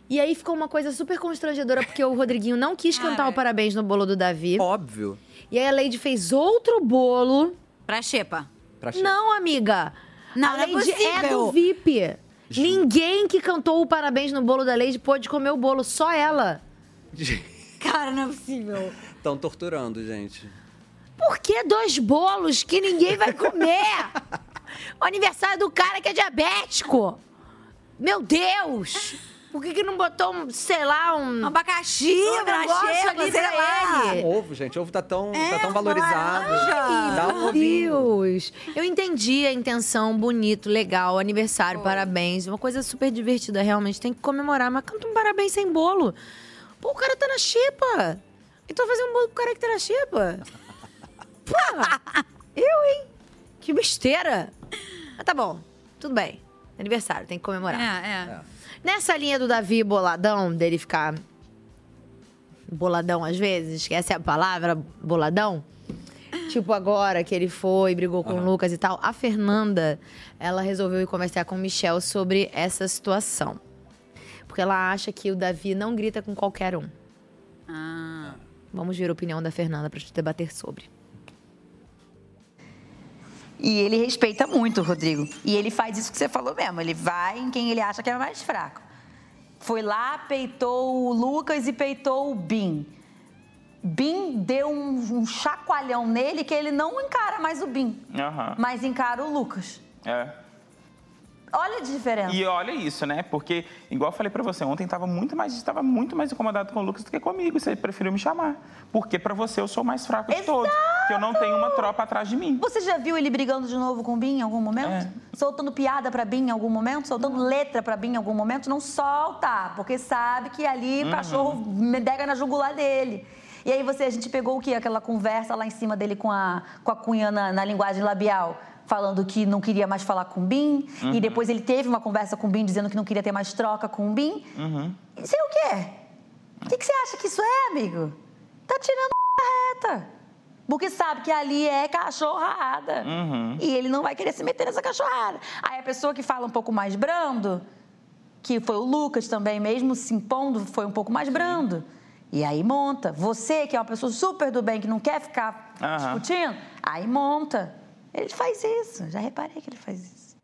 E aí ficou uma coisa super constrangedora, porque o Rodriguinho não quis cantar o parabéns no bolo do Davi. Óbvio. E aí a Lady fez outro bolo. Pra Xepa. Pra Não, amiga. Não, a não é Lady é, possível. do VIP. Ninguém que cantou o parabéns no bolo da Lady pôde comer o bolo, só ela. Cara, não é possível. Estão torturando, gente. Por que dois bolos que ninguém vai comer? o aniversário do cara que é diabético. Meu Deus! Por que, que não botou, um, sei lá, um. abacaxi, negócio abacaxi, ali sei pra lá. ele? É, O ovo, gente, ovo tá tão, tá tão valorizado. Ai, Dá um meu ovinho. Deus! Eu entendi a intenção, bonito, legal, aniversário, parabéns. Uma coisa super divertida, realmente. Tem que comemorar, mas canta um parabéns sem bolo. Pô, o cara tá na xepa. Então fazer um bolo pro cara que tá na xepa. Pô, eu, hein? Que besteira. Mas tá bom, tudo bem. Aniversário, tem que comemorar. É, é. Nessa linha do Davi boladão, dele ficar boladão às vezes, que essa é a palavra, boladão. Tipo, agora que ele foi, brigou com o Lucas e tal, a Fernanda, ela resolveu ir conversar com o Michel sobre essa situação. Porque ela acha que o Davi não grita com qualquer um. Ah. Vamos ver a opinião da Fernanda pra gente debater sobre. E ele respeita muito o Rodrigo. E ele faz isso que você falou mesmo. Ele vai em quem ele acha que é mais fraco. Foi lá, peitou o Lucas e peitou o Bim. Bim deu um, um chacoalhão nele que ele não encara mais o Bim, Aham. mas encara o Lucas. É. Olha a diferença. E olha isso, né? Porque, igual eu falei pra você, ontem tava muito mais, tava muito mais incomodado com o Lucas do que comigo. Você preferiu me chamar. Porque pra você eu sou o mais fraco de todos. Que eu não tenho uma tropa atrás de mim. Você já viu ele brigando de novo com o Bim em algum É. momento? Soltando piada pra Bim em algum momento? Soltando letra pra Bim em algum momento? Não solta, porque sabe que ali Uhum. o cachorro dega na jugular dele. E aí você, a gente pegou o quê? Aquela conversa lá em cima dele com a, com a Cunha na, na linguagem labial. Falando que não queria mais falar com o Bim. Uhum. E depois ele teve uma conversa com o Bim, dizendo que não queria ter mais troca com o Bim. Isso é o quê? O que, que você acha que isso é, amigo? Tá tirando treta. Porque sabe que ali é cachorrada. Uhum. E ele não vai querer se meter nessa cachorrada. Aí a pessoa que fala um pouco mais brando, que foi o Lucas também, mesmo se impondo, foi um pouco mais brando. E aí monta. Você, que é uma pessoa super do bem, que não quer ficar Aham. discutindo, aí monta. Ele faz isso. Já reparei que ele faz isso.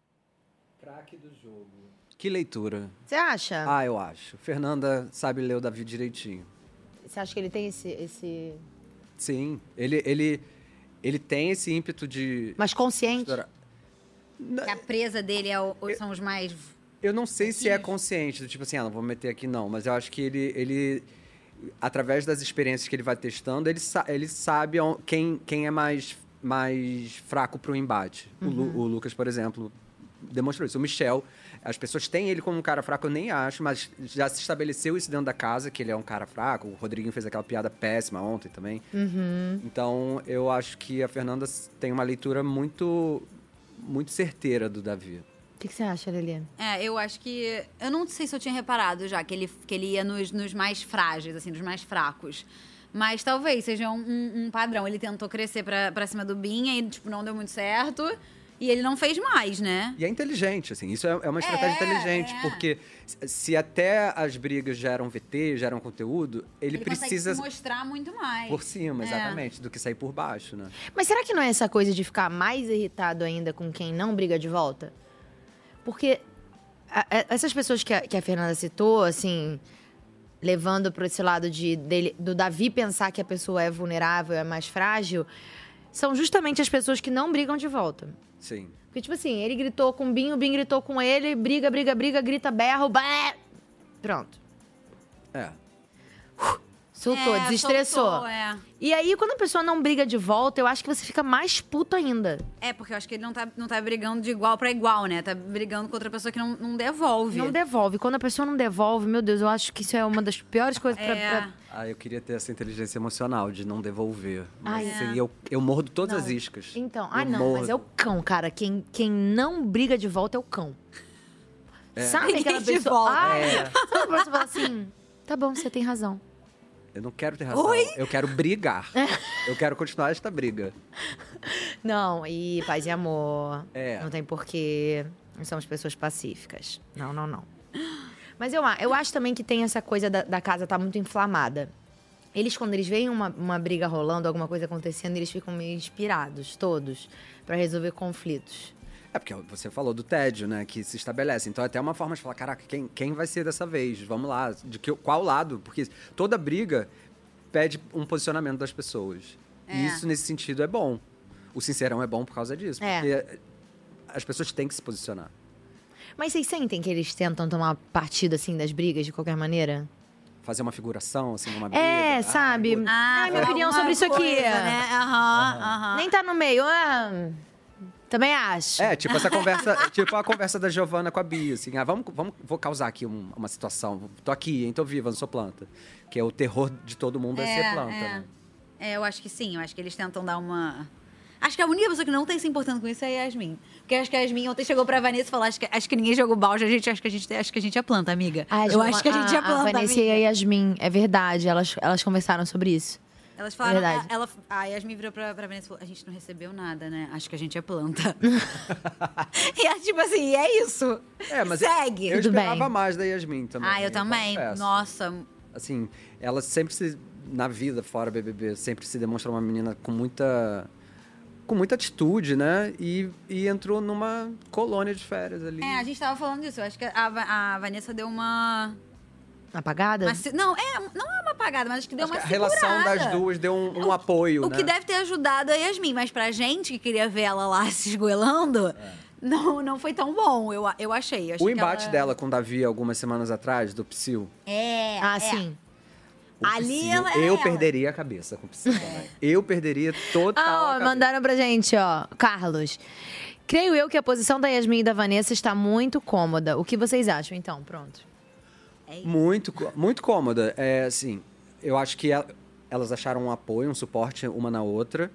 Craque do jogo. Que leitura. Você acha? Ah, eu acho. Fernanda sabe ler o Davi direitinho. Você acha que ele tem esse. esse... Sim. Ele, ele, ele tem esse ímpeto de. Mas consciente? Que a presa dele é o- são os mais. Eu não sei se é consciente, do tipo assim, ah, não vou meter aqui não, mas eu acho que ele, ele através das experiências que ele vai testando, ele, sa- ele sabe on- quem, quem é mais, mais fraco pro embate. O Lu- Uhum. O, Lucas, por exemplo, demonstrou isso. O Michel, as pessoas têm ele como um cara fraco, eu nem acho, mas já se estabeleceu isso dentro da casa, que ele é um cara fraco. O Rodriguinho fez aquela piada péssima ontem também. Uhum. Então, eu acho que a Fernanda s- tem uma leitura muito, muito certeira do Davi. O que, que você acha, Lelê? É, eu acho que. Eu não sei se eu tinha reparado já que ele, que ele ia nos, nos mais frágeis, assim, nos mais fracos. Mas talvez seja um, um- um padrão. Ele tentou crescer pra, pra cima do Binha e, tipo, não deu muito certo. E ele não fez mais, né? E é inteligente, assim. Isso é é uma estratégia inteligente, é. porque se- se até as brigas geram VT, geram conteúdo, ele, consegue precisa se mostrar muito mais. por cima, É. exatamente, do que sair por baixo, né? Mas será que não é essa coisa de ficar mais irritado ainda com quem não briga de volta? Porque a- a- essas pessoas que a, que a Fernanda citou, assim, levando para esse lado de, dele- do Davi pensar que a pessoa é vulnerável, é mais frágil, são justamente as pessoas que não brigam de volta. Sim. Porque, tipo assim, ele gritou com o Binho, o Binho gritou com ele, briga, briga, briga, grita, berro, bah! Pronto. É. Soltou, É, desestressou. soltou, é. E aí, quando a pessoa não briga de volta, eu acho que você fica mais puto ainda. É, porque eu acho que ele não tá, não tá brigando de igual pra igual, né? Tá brigando com outra pessoa que não, não devolve. Não devolve. Quando a pessoa não devolve, meu Deus, eu acho que isso é uma das piores coisas pra. É. pra- Ah, eu queria ter essa inteligência emocional de não devolver. Mas Ai, é. assim, eu, eu mordo todas Não. as iscas. Então, Eu ah, não, mas é o mordo. cão, cara. Quem, quem não briga de volta é o cão. É. Sabe aquela Ninguém pessoa? Ah! de volta. Ai, É. Sabe a pessoa fala assim: tá bom, você tem razão. Eu não quero ter razão. Oi? Eu quero brigar. eu quero continuar esta briga. Não, e paz e amor. É. Não tem porquê. Nós somos pessoas pacíficas. Não, não, não. Mas eu, a- eu acho também que tem essa coisa da, da casa tá muito inflamada. Eles, quando eles veem uma, uma briga rolando, alguma coisa acontecendo, eles ficam meio inspirados, todos, pra resolver conflitos. É porque você falou do tédio, né? Que se estabelece. Então é até uma forma de falar, caraca, quem, quem vai ser dessa vez? Vamos lá. De que, qual lado? Porque toda briga pede um posicionamento das pessoas. É. E isso, nesse sentido, é bom. O sincerão é bom por causa disso. É. Porque as pessoas têm que se posicionar. Mas vocês sentem que eles tentam tomar partido, assim, das brigas, de qualquer maneira? Fazer uma figuração, assim, numa briga. É, sabe? Ai, minha falar opinião Ah, sobre alguma isso aqui. coisa, né? Aham, aham. Nem tá no meio. ah, também acho. É, tipo essa conversa, tipo a conversa da Giovana com a Bia, assim, ah, vamos, vamos, vou causar aqui um- uma situação. Tô aqui, hein, tô viva, não sou planta. Que é o terror de todo mundo é, ser planta, é. né? É, eu acho que sim. Eu acho que eles tentam dar uma... Acho que a única pessoa que não tá se importando com isso é a Yasmin. Porque acho que a Yasmin ontem chegou pra Vanessa e falou acho que, acho que ninguém jogou balde, a gente acho que a gente, acho que a gente é planta, amiga. Ah, eu Giovana- acho que a gente é planta, A Vanessa e amiga. a Yasmin, é verdade, elas, elas conversaram sobre isso. Elas falaram, "É, Verdade. ela, a Yasmin virou pra, pra Vanessa e falou, a gente não recebeu nada, né? Acho que a gente é planta. e é tipo assim, é isso. É, mas Segue. eu Tudo bem. esperava mais da Yasmin também. ah, eu também. confesso. Nossa. Assim, ela sempre se na vida fora BBB, sempre se demonstra uma menina com muita com muita atitude, né? E, e entrou numa colônia de férias ali. É, a gente tava falando disso. Eu acho que a, Va- a Vanessa deu uma... Apagada? uma ci- não, é, não é uma apagada, mas acho que deu uma a relação segurada. das duas deu um, um apoio, O né? que deve ter ajudado a Yasmin, mas pra gente que queria ver ela lá se esgoelando, não, não foi tão bom, eu, a- eu achei. Eu achei É. O que embate ela- dela com o Davi algumas semanas atrás, do Psyu. É. Ah, sim. O Ali Psyu, ela é Eu ela. É. perderia a cabeça com o Psyu também. Eu perderia total a Ah, ó, cabeça. mandaram pra gente, ó. Carlos. Creio eu que a posição da Yasmin e da Vanessa está muito cômoda. O que vocês acham, então? Pronto. Muito, co- muito cômoda. É, assim, eu acho que el- elas acharam um apoio, um suporte uma na outra.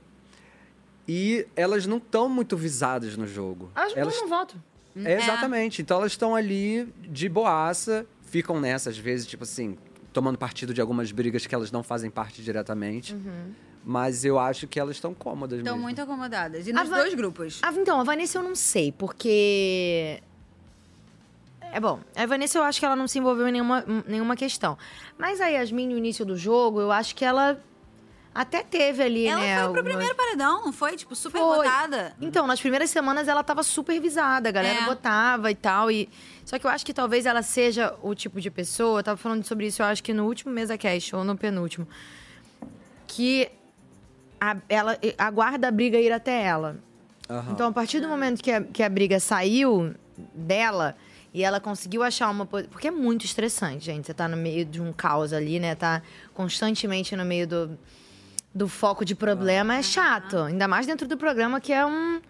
E elas não estão muito visadas no jogo. Elas não tomam voto. É, exatamente. Então elas estão ali de boaça, ficam Uhum. nessa, às vezes, tipo assim, tomando partido de algumas brigas que elas não fazem parte diretamente. Mas eu acho que elas estão cômodas Estão mesmo. muito acomodadas. E nos dois grupos. então, a Vanessa eu não sei, porque. É bom. A Vanessa eu acho que ela não se envolveu em nenhuma, em nenhuma questão. Mas a Yasmin, no início do jogo, eu acho que ela até teve ali, Ela né? foi pro algumas- primeiro paredão, não foi? Tipo, super Foi. votada. Então, nas primeiras semanas ela tava supervisada, a galera É. botava e tal. E... Só que eu acho que talvez ela seja o tipo de pessoa. Eu tava falando sobre isso, eu acho que no último mesa cash, ou no penúltimo. Que a- ela eh, aguarda a briga ir até ela. Aham. Então, a partir do momento que a, que a briga saiu dela e ela conseguiu achar uma. po- Porque é muito estressante, gente. Você tá no meio de um caos ali, né? Tá constantemente no meio do, do foco de problema. É chato. Ainda mais dentro do programa que é um,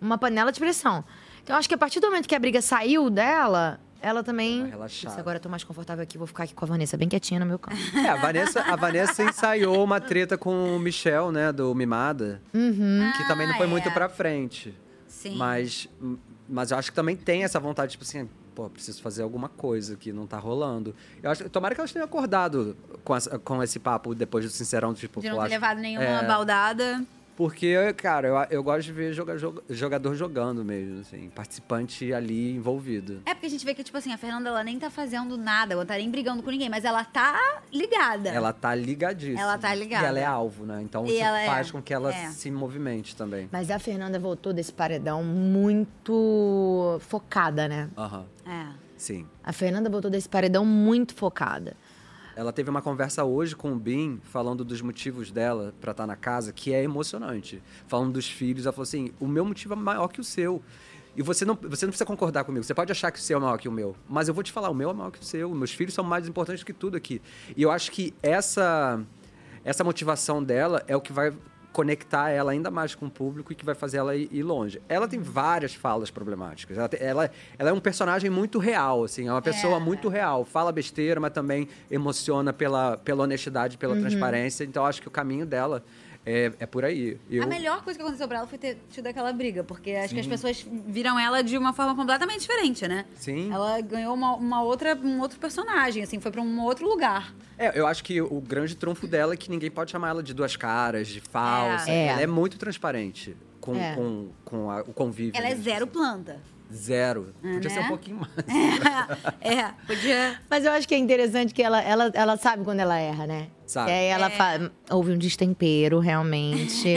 uma panela de pressão. Então, acho que a partir do momento que a briga saiu dela, ela também. relaxada. Putz, agora eu tô mais confortável aqui, vou ficar aqui com a Vanessa bem quietinha no meu canto. É, a Vanessa, a Vanessa ensaiou uma treta com o Michel, né, do Mimada. Uhum. Que também não foi muito pra frente. Ah, é. Sim. Mas, hum, mas eu acho que também tem essa vontade, tipo assim, pô, preciso fazer alguma coisa que não tá rolando. Eu acho, tomara que elas tenham acordado com, essa- com esse papo depois do Sincerão, tipo, De eu não ter acho- levado nenhuma é, baldada. Porque, cara, eu, eu gosto de ver joga- joga- jogador jogando mesmo, assim, participante ali envolvido. É porque a gente vê que, tipo assim, a Fernanda, ela nem tá fazendo nada, ela tá nem brigando com ninguém, mas ela tá ligada. Ela tá ligadíssima. Ela tá ligada. E ela é alvo, né? Então E isso ela é, faz com que ela é. se movimente também. Mas a Fernanda voltou desse paredão muito focada, né? Aham. É. Sim. A Fernanda voltou desse paredão muito focada. Ela teve uma conversa hoje com o Bin, falando dos motivos dela pra estar na casa, que é emocionante. Falando dos filhos, ela falou assim: o meu motivo é maior que o seu. E você não, você não precisa concordar comigo. Você pode achar que o seu é maior que o meu. Mas eu vou te falar, o meu é maior que o seu. Meus filhos são mais importantes que tudo aqui. E eu acho que essa, essa motivação dela é o que vai conectar ela ainda mais com o público e que vai fazer ela ir ir longe. Ela Uhum. tem várias falas problemáticas. Ela, tem- ela- ela é um personagem muito real, assim. É uma pessoa muito real. Fala besteira, mas também emociona pela, pela honestidade, pela Uhum. transparência. Então, eu acho que o caminho dela é, é por aí. Eu, A melhor coisa que aconteceu pra ela foi ter tido aquela briga, porque acho que as Sim. pessoas viram ela de uma forma completamente diferente, né? Sim. Ela ganhou uma, uma outra, um outro personagem, assim, foi pra um outro lugar. É, eu acho que o grande trunfo dela é que ninguém pode chamar ela de duas caras, de falsa. É. Ela é muito transparente com, É. com, com a- o convívio. Ela é né? zero planta. Zero. Podia ser um né? pouquinho mais. É, podia. Mas eu acho que é interessante que ela, ela, ela sabe quando ela erra, né? Sabe. E aí ela É. fala. Houve um destempero, realmente.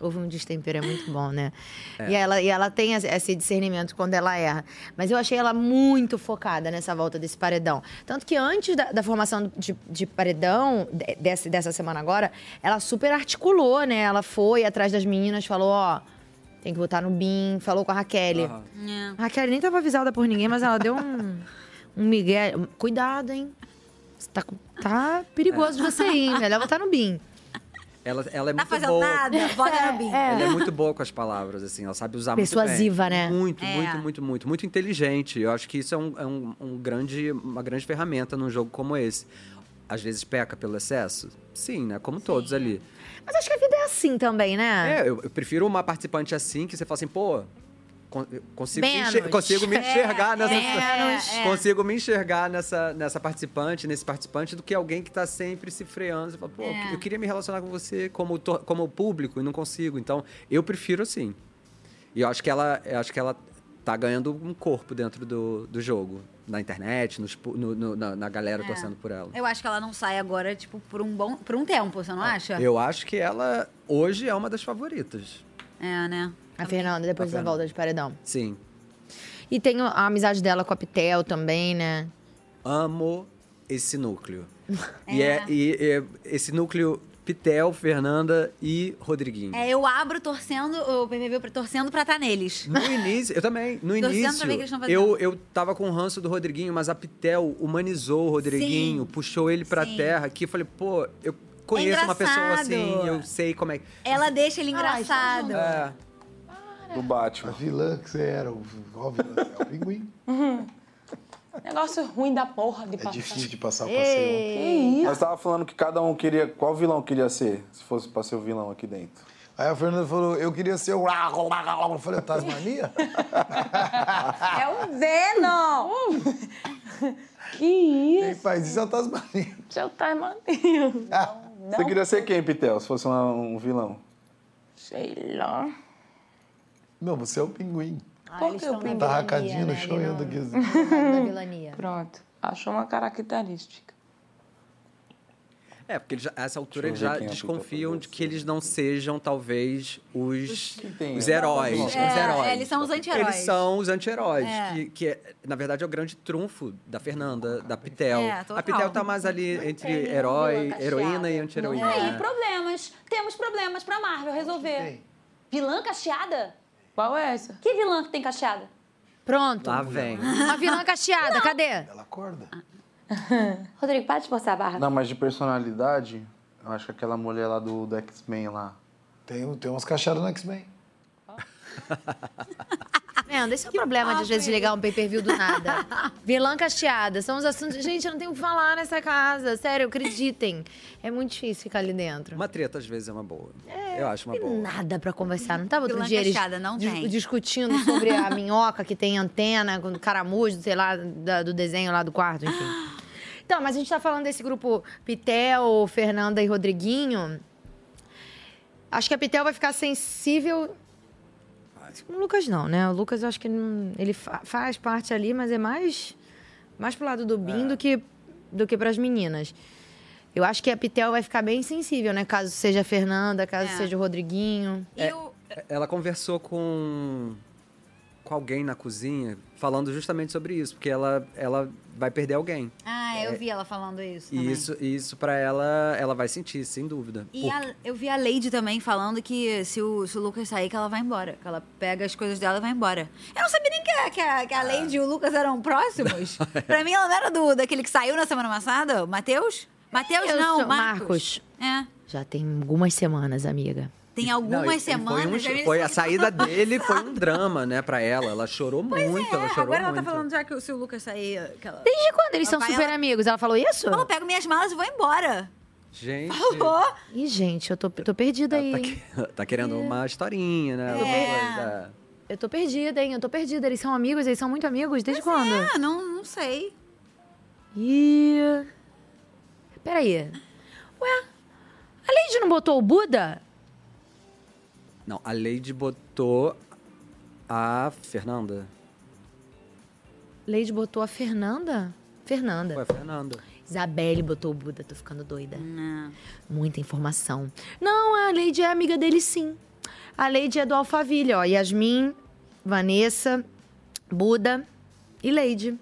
Houve um destempero, é muito bom, né? É. E, ela, e ela tem esse- esse discernimento quando ela erra. Mas eu achei ela muito focada nessa volta desse paredão. Tanto que antes da, da formação de, de paredão, de- desse, dessa semana agora, ela super articulou, né? Ela foi atrás das meninas, falou: ó, tem que votar no BIM, falou com a Raquel. Aham. A Raquel nem tava avisada por ninguém, mas ela deu um, um migué. Cuidado, hein? Você Tá, com- tá perigoso de você ir, hein? melhor votar no BIM. Ela, ela é Tá muito fazendo boa. nada? Bota no BIM. É. Ela é muito boa com as palavras, assim. Ela sabe usar Persuasiva, muito bem. né? Muito, É. muito, muito, muito. Muito inteligente. Eu acho que isso é, um, é um- um grande, uma grande ferramenta num jogo como esse. Às vezes peca pelo excesso? Sim, né? Como todos ali. Mas acho que a vida é assim também, né? É, eu, eu prefiro uma participante assim que você fala assim, pô. con- eu Consigo, me Menos. enxer- consigo me É, enxergar nessa. menos. É. Consigo me enxergar nessa, nessa participante, nesse participante, do que alguém que tá sempre se freando. Você fala, pô, É. eu queria me relacionar com você como, to- como público e não consigo. Então, eu prefiro assim. E eu acho que ela, eu acho que ela tá ganhando um corpo dentro do, do jogo. Na internet, nos pu- no- no- na, na galera É. torcendo por ela. Eu acho que ela não sai agora, tipo, por um bom. por um tempo, você não acha? Ah, Eu acho que ela hoje é uma das favoritas. É, né? A Fernanda, depois A da Fernanda. volta de paredão. Sim. E tem a amizade dela com a Pitel também, né? amo esse núcleo. É. E, é, e é esse núcleo Pitel, Fernanda e Rodriguinho. É, eu abro torcendo, o PPV pra- torcendo pra estar neles. No início, eu também. No Torcendo pra ver início, o que eles tão fazendo. eu, eu tava com o ranço do Rodriguinho, mas a Pitel humanizou o Rodriguinho, puxou ele pra sim. terra aqui. Eu falei, pô, eu conheço uma pessoa assim, engraçado. eu sei como é que. Ela deixa Ah, ele engraçado. É. Do Batman. A vilã que você era, o, qual a vilã? É o pinguim. Uhum. Negócio ruim da porra de É passar. difícil de passar o passeio. Que isso? Mas tava falando que cada um queria. Qual vilão queria ser? Se fosse pra ser o vilão aqui dentro. Aí a Fernanda falou, eu queria ser o... Eu falei, Tasmania? É um o Venom! Uhum. que isso? Quem faz isso é o Tasmania. Ah, Seu Taimaninho. Não. Você queria ser quem, Pitel, se fosse uma- um vilão? Sei lá. Não, você é o pinguim. Ah, Por é que é o pinguim? né? Tá racadinho né, no chão e anda aqui assim. vilania. Pronto. Achou uma característica. É, porque eles já- a essa altura Deixa eles eu ver já quem é o desconfiam de que eles não sejam, talvez, os, tem, os é? heróis. É, os heróis. eles são os anti-heróis. Eles são os anti-heróis, É. que, que, é, na verdade, é o grande trunfo da Fernanda, da Pitel. É, a total. Pitel tá mais ali entre herói, heroína e anti-heroína. é. Aí, né? problemas. Temos problemas pra Marvel resolver. Vilã cacheada? Qual é essa? Que vilã que tem cacheada? Pronto. Lá vem. Uma vilã cacheada, cadê? Acorda. Rodrigo, para de forçar a barra. Não, mas de personalidade, eu acho que aquela mulher lá do, do X-Men lá. Tem, tem umas cachadas no X-Men. Vendo, esse é o problema de às vezes ligar um pay-per-view do nada. Vilã cacheada, são os assuntos. Gente, eu não tenho o que falar nessa casa. Sério, acreditem. É muito difícil ficar ali dentro. Uma treta, às vezes, é uma boa. eu acho uma Não tem boa. nada pra conversar. Não tava outro Vilã dia eles cacheada, não dis- tem. discutindo sobre a minhoca que tem antena, com caramujo, sei lá, da- do desenho lá do quarto, enfim. Então, mas a gente tá falando desse grupo Pitel, Fernanda e Rodriguinho. Acho que a Pitel vai ficar sensível. O Lucas não, né? O Lucas eu acho que não- ele fa- faz parte ali, mas é mais mais pro lado do Bim do que do que para as meninas. Eu acho que a Pitel vai ficar bem sensível, né? Caso seja a Fernanda, caso É. seja o Rodriguinho. É, Ela conversou com, com alguém na cozinha, falando justamente sobre isso, porque ela, ela vai perder alguém. Ah, eu É, vi ela falando isso. E também. isso, e isso para ela, ela vai sentir, sem dúvida. E Por- a- eu vi a Lady também falando que se o, se o Lucas sair, que ela vai embora. Que ela pega as coisas dela e vai embora. Eu não sabia nem que a, que a, que a É. Lady e o Lucas eram próximos. pra mim, ela não era do, daquele que saiu na semana passada, o Matheus? Matheus Eu não, sou- Marcos. Marcos. É, Já tem algumas semanas, amiga. tem Não, e- algumas e foi um- semanas. Foi, ele- a saída dele foi um drama, né, pra ela. Ela chorou muito, ela É, chorou agora ela tá muito. falando já que se o Lucas sair... Que ela... Desde quando eles são Vai, super amigos? Ela falou isso? Ela pega minhas malas e vou embora. Gente, Falou. É. Ih, gente, eu tô, tô perdida aí. hein? tá querendo uma historinha, né? É. Coisa. Eu tô perdida, hein? Eu tô perdida. Eles são amigos, eles são muito amigos. Desde quando? Ah, não, não sei. E. Peraí. Ué, a Lady não botou o Buda? Não, a Lady botou a Fernanda. Lady botou a Fernanda? Fernanda. Foi a Fernanda. Isabelle botou o Buda, tô ficando doida. Não. Muita informação. Não, a Lady é amiga dele sim. A Lady é do Alphaville, ó. Yasmin, Vanessa, Buda e Lady.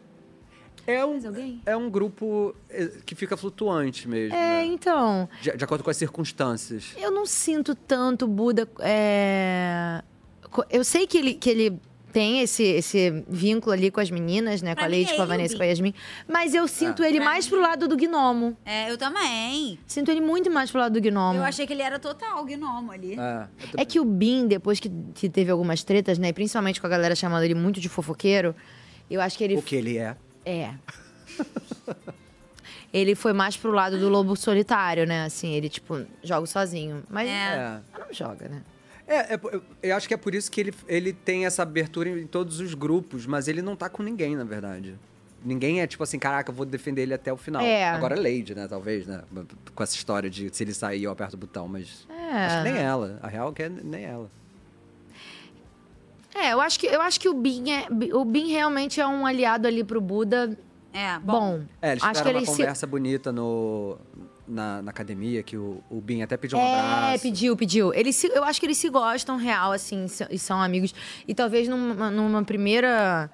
É um, é um grupo eh, que fica flutuante mesmo. né? É, então. De, de acordo com as circunstâncias. Eu não sinto tanto Buda. é, co- Eu sei que ele, que ele tem esse, esse vínculo ali com as meninas, né? Com a Leite, com a Vanessa, com a Yasmin. Mas eu sinto Ah. ele é Pra mais pro lado do gnomo. É, eu também. Sinto ele muito mais pro lado do gnomo. Eu achei que ele era total gnomo ali. É que o Bin, depois que, que teve algumas tretas, né? Principalmente com a galera chamando ele muito de fofoqueiro, eu acho que ele. O que ele é. É. ele foi mais pro lado do lobo solitário, né? Assim, ele, tipo, joga sozinho. Mas É. mas não joga, né? É, é po- eu- eu acho que é por isso que ele, ele tem essa abertura em todos os grupos, mas ele não tá com ninguém, na verdade. Ninguém é tipo assim, caraca, eu vou defender ele até o final. É. Agora a Lady, né, talvez, né? Com essa história de se ele sair, eu aperto o botão, mas. É. Acho que nem ela. A real é que é nem ela. É, eu acho que, eu acho que o Bin é, o Bin realmente é um aliado ali pro Buda. É, bom. É, eles acho que tiveram uma eles se- conversa bonita no, na, na academia, que o, o Bin até pediu um É, abraço. pediu, pediu. Eles se- eu acho que eles se gostam real, assim, se- e são amigos. E talvez numa, numa primeira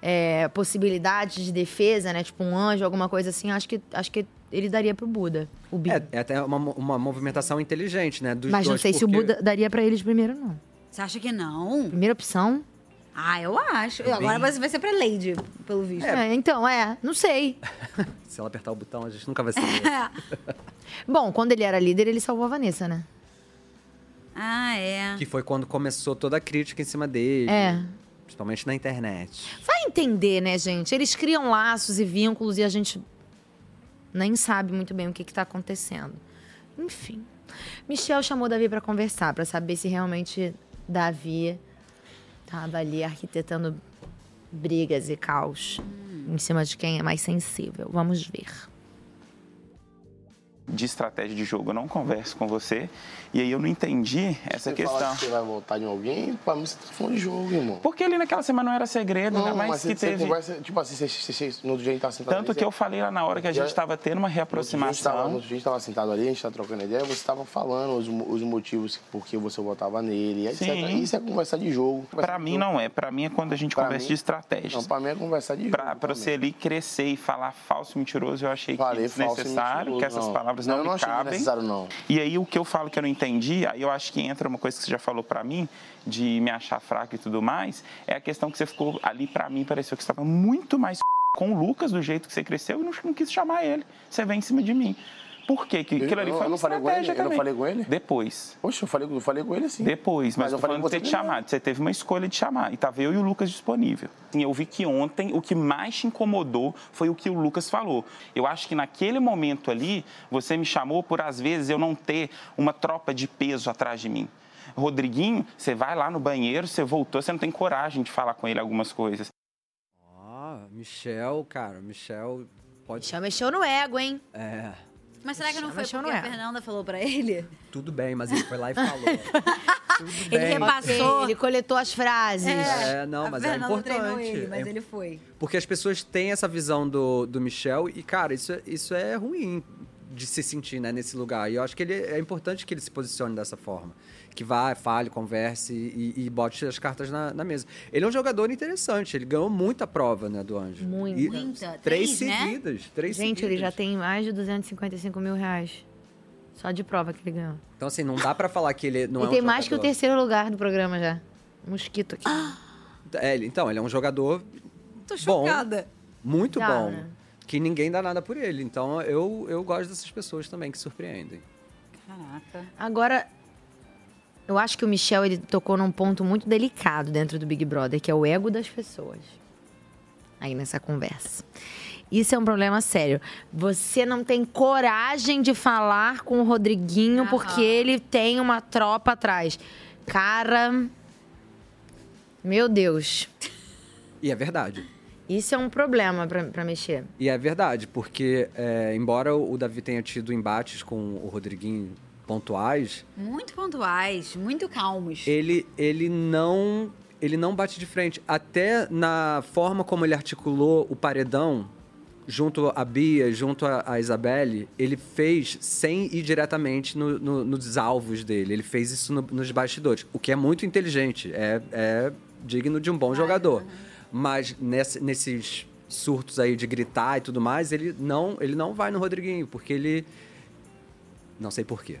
é, possibilidade de defesa, né? Tipo um anjo, alguma coisa assim, acho que, acho que ele daria pro Buda, o Bin. É, é até uma, mo- uma movimentação inteligente, né? Dos Mas não dois, sei se o porque- Buda daria pra eles primeiro, não. Você acha que não? Primeira opção? Ah, eu acho. Eu Agora vi. vai vai ser pra Lady, pelo visto. É, então, é, não sei. Se ela apertar o botão, a gente nunca vai saber. Bom, quando ele era líder, ele salvou a Vanessa, né? Ah, é. Que foi quando começou toda a crítica em cima dele. É. Principalmente na internet. Vai entender, né, gente? Eles criam laços e vínculos e a gente nem sabe muito bem o que, que tá acontecendo. Enfim. Michel chamou Davi para conversar, para saber se realmente Davi tava ali arquitetando brigas e Hum. caos em cima de quem é mais sensível. Vamos ver. de estratégia de jogo. Eu não converso com você. E aí eu não entendi essa você questão. Falar que você vai voltar em alguém, pra mim você tá falando de jogo, irmão. Porque ali naquela semana não era segredo, ainda mais mas que você, teve. Você conversa, tipo assim, você, você, você, no outro dia a gente tá sentado Tanto ali, que você- eu falei lá na hora que a gente Já- estava tendo uma reaproximação. No outro dia a gente estava sentado ali, a gente estava trocando ideia, você estava falando os, mo- os motivos por que você votava nele, etc. Sim. Isso é conversar de jogo. Pra mim não é. Pra mim é quando a gente conversa de estratégia. Não, pra mim é conversar de Pra, pra você ali crescer e falar falso mentiroso, eu achei Falei que falso e desnecessário, mentiroso, que essas não. palavras Não, não, eu me não achei cabem. desnecessário, não. E aí o que eu falo que eu não entendi, aí eu acho que entra uma coisa que você já falou pra mim, de me achar fraco e tudo mais, é a questão que você ficou ali pra mim, pareceu que você estava muito mais com o Lucas do jeito que você cresceu e não, não quis chamar ele. Você vem em cima de mim. Por quê? Que Eu- aquilo ali eu- foi eu uma não falei com estratégia ele? Eu não também. falei com ele? Depois. Poxa, eu falei, eu falei com ele sim. Depois, mas, Mas eu eu falei falando com de ter você te primeiro. chamado. Você teve uma escolha de chamar. E tava eu e o Lucas disponível. Assim, eu vi que ontem o que mais te incomodou foi o que o Lucas falou. Eu acho que naquele momento ali, você me chamou por, às vezes, eu não ter uma tropa de peso atrás de mim. Rodriguinho, você vai lá no banheiro, você voltou, você não tem coragem de falar com ele algumas coisas. Ó, Michel, cara, Michel pode. Michel mexeu no ego, hein? É, Mas será que não foi Chama, chama, porque não a é. Fernanda falou pra ele? tudo bem, mas ele foi lá e falou. tudo Ele bem. repassou. Ele coletou as frases. É, não, mas é treinou importante. ele, É mas ele foi. Porque as pessoas têm essa visão do, do Michel e, cara, isso, é- isso é ruim de se sentir né, nesse lugar. E eu acho que ele, é importante que ele se posicione dessa forma. Que vá, fale, converse e, e bote as cartas na, na mesa. Ele é um jogador interessante, ele ganhou muita prova né, do Anjo. Muito. E- Muita. Três Três, né? seguidas. Três Gente, seguidas. ele já tem mais de 255 mil reais. Só de prova que ele ganhou. Então, assim, não dá pra falar que ele não é ele um tem mais que o jogador. terceiro lugar do programa já. Mosquito aqui. É, ele- então, ele é um jogador Tô chocada. muito Dá, bom. né? Que ninguém dá nada por ele. Então, eu, eu gosto dessas pessoas também que surpreendem. Caraca. Agora, eu acho que o Michel ele tocou num ponto muito delicado dentro do Big Brother, que é o ego das pessoas. Aí nessa conversa. Isso é um problema sério. Você não tem coragem de falar com o Rodriguinho Aham. porque ele tem uma tropa atrás. Cara. Meu Deus. E é verdade. Isso é um problema pra, pra mexer. E é verdade, porque é, embora o Davi tenha tido embates com o Rodriguinho pontuais, Muito pontuais, muito calmos. ele, ele não ele não bate de frente. Até na forma como ele articulou o paredão, junto a Bia, junto a, a Isabelle, ele fez sem ir diretamente no- no- nos alvos dele. Ele fez isso no- nos bastidores, o que é muito inteligente, é, é digno de um bom jogador. Mas nesse- nesses surtos aí de gritar e tudo mais, ele não, ele não vai no Rodriguinho, porque ele... Não sei porquê.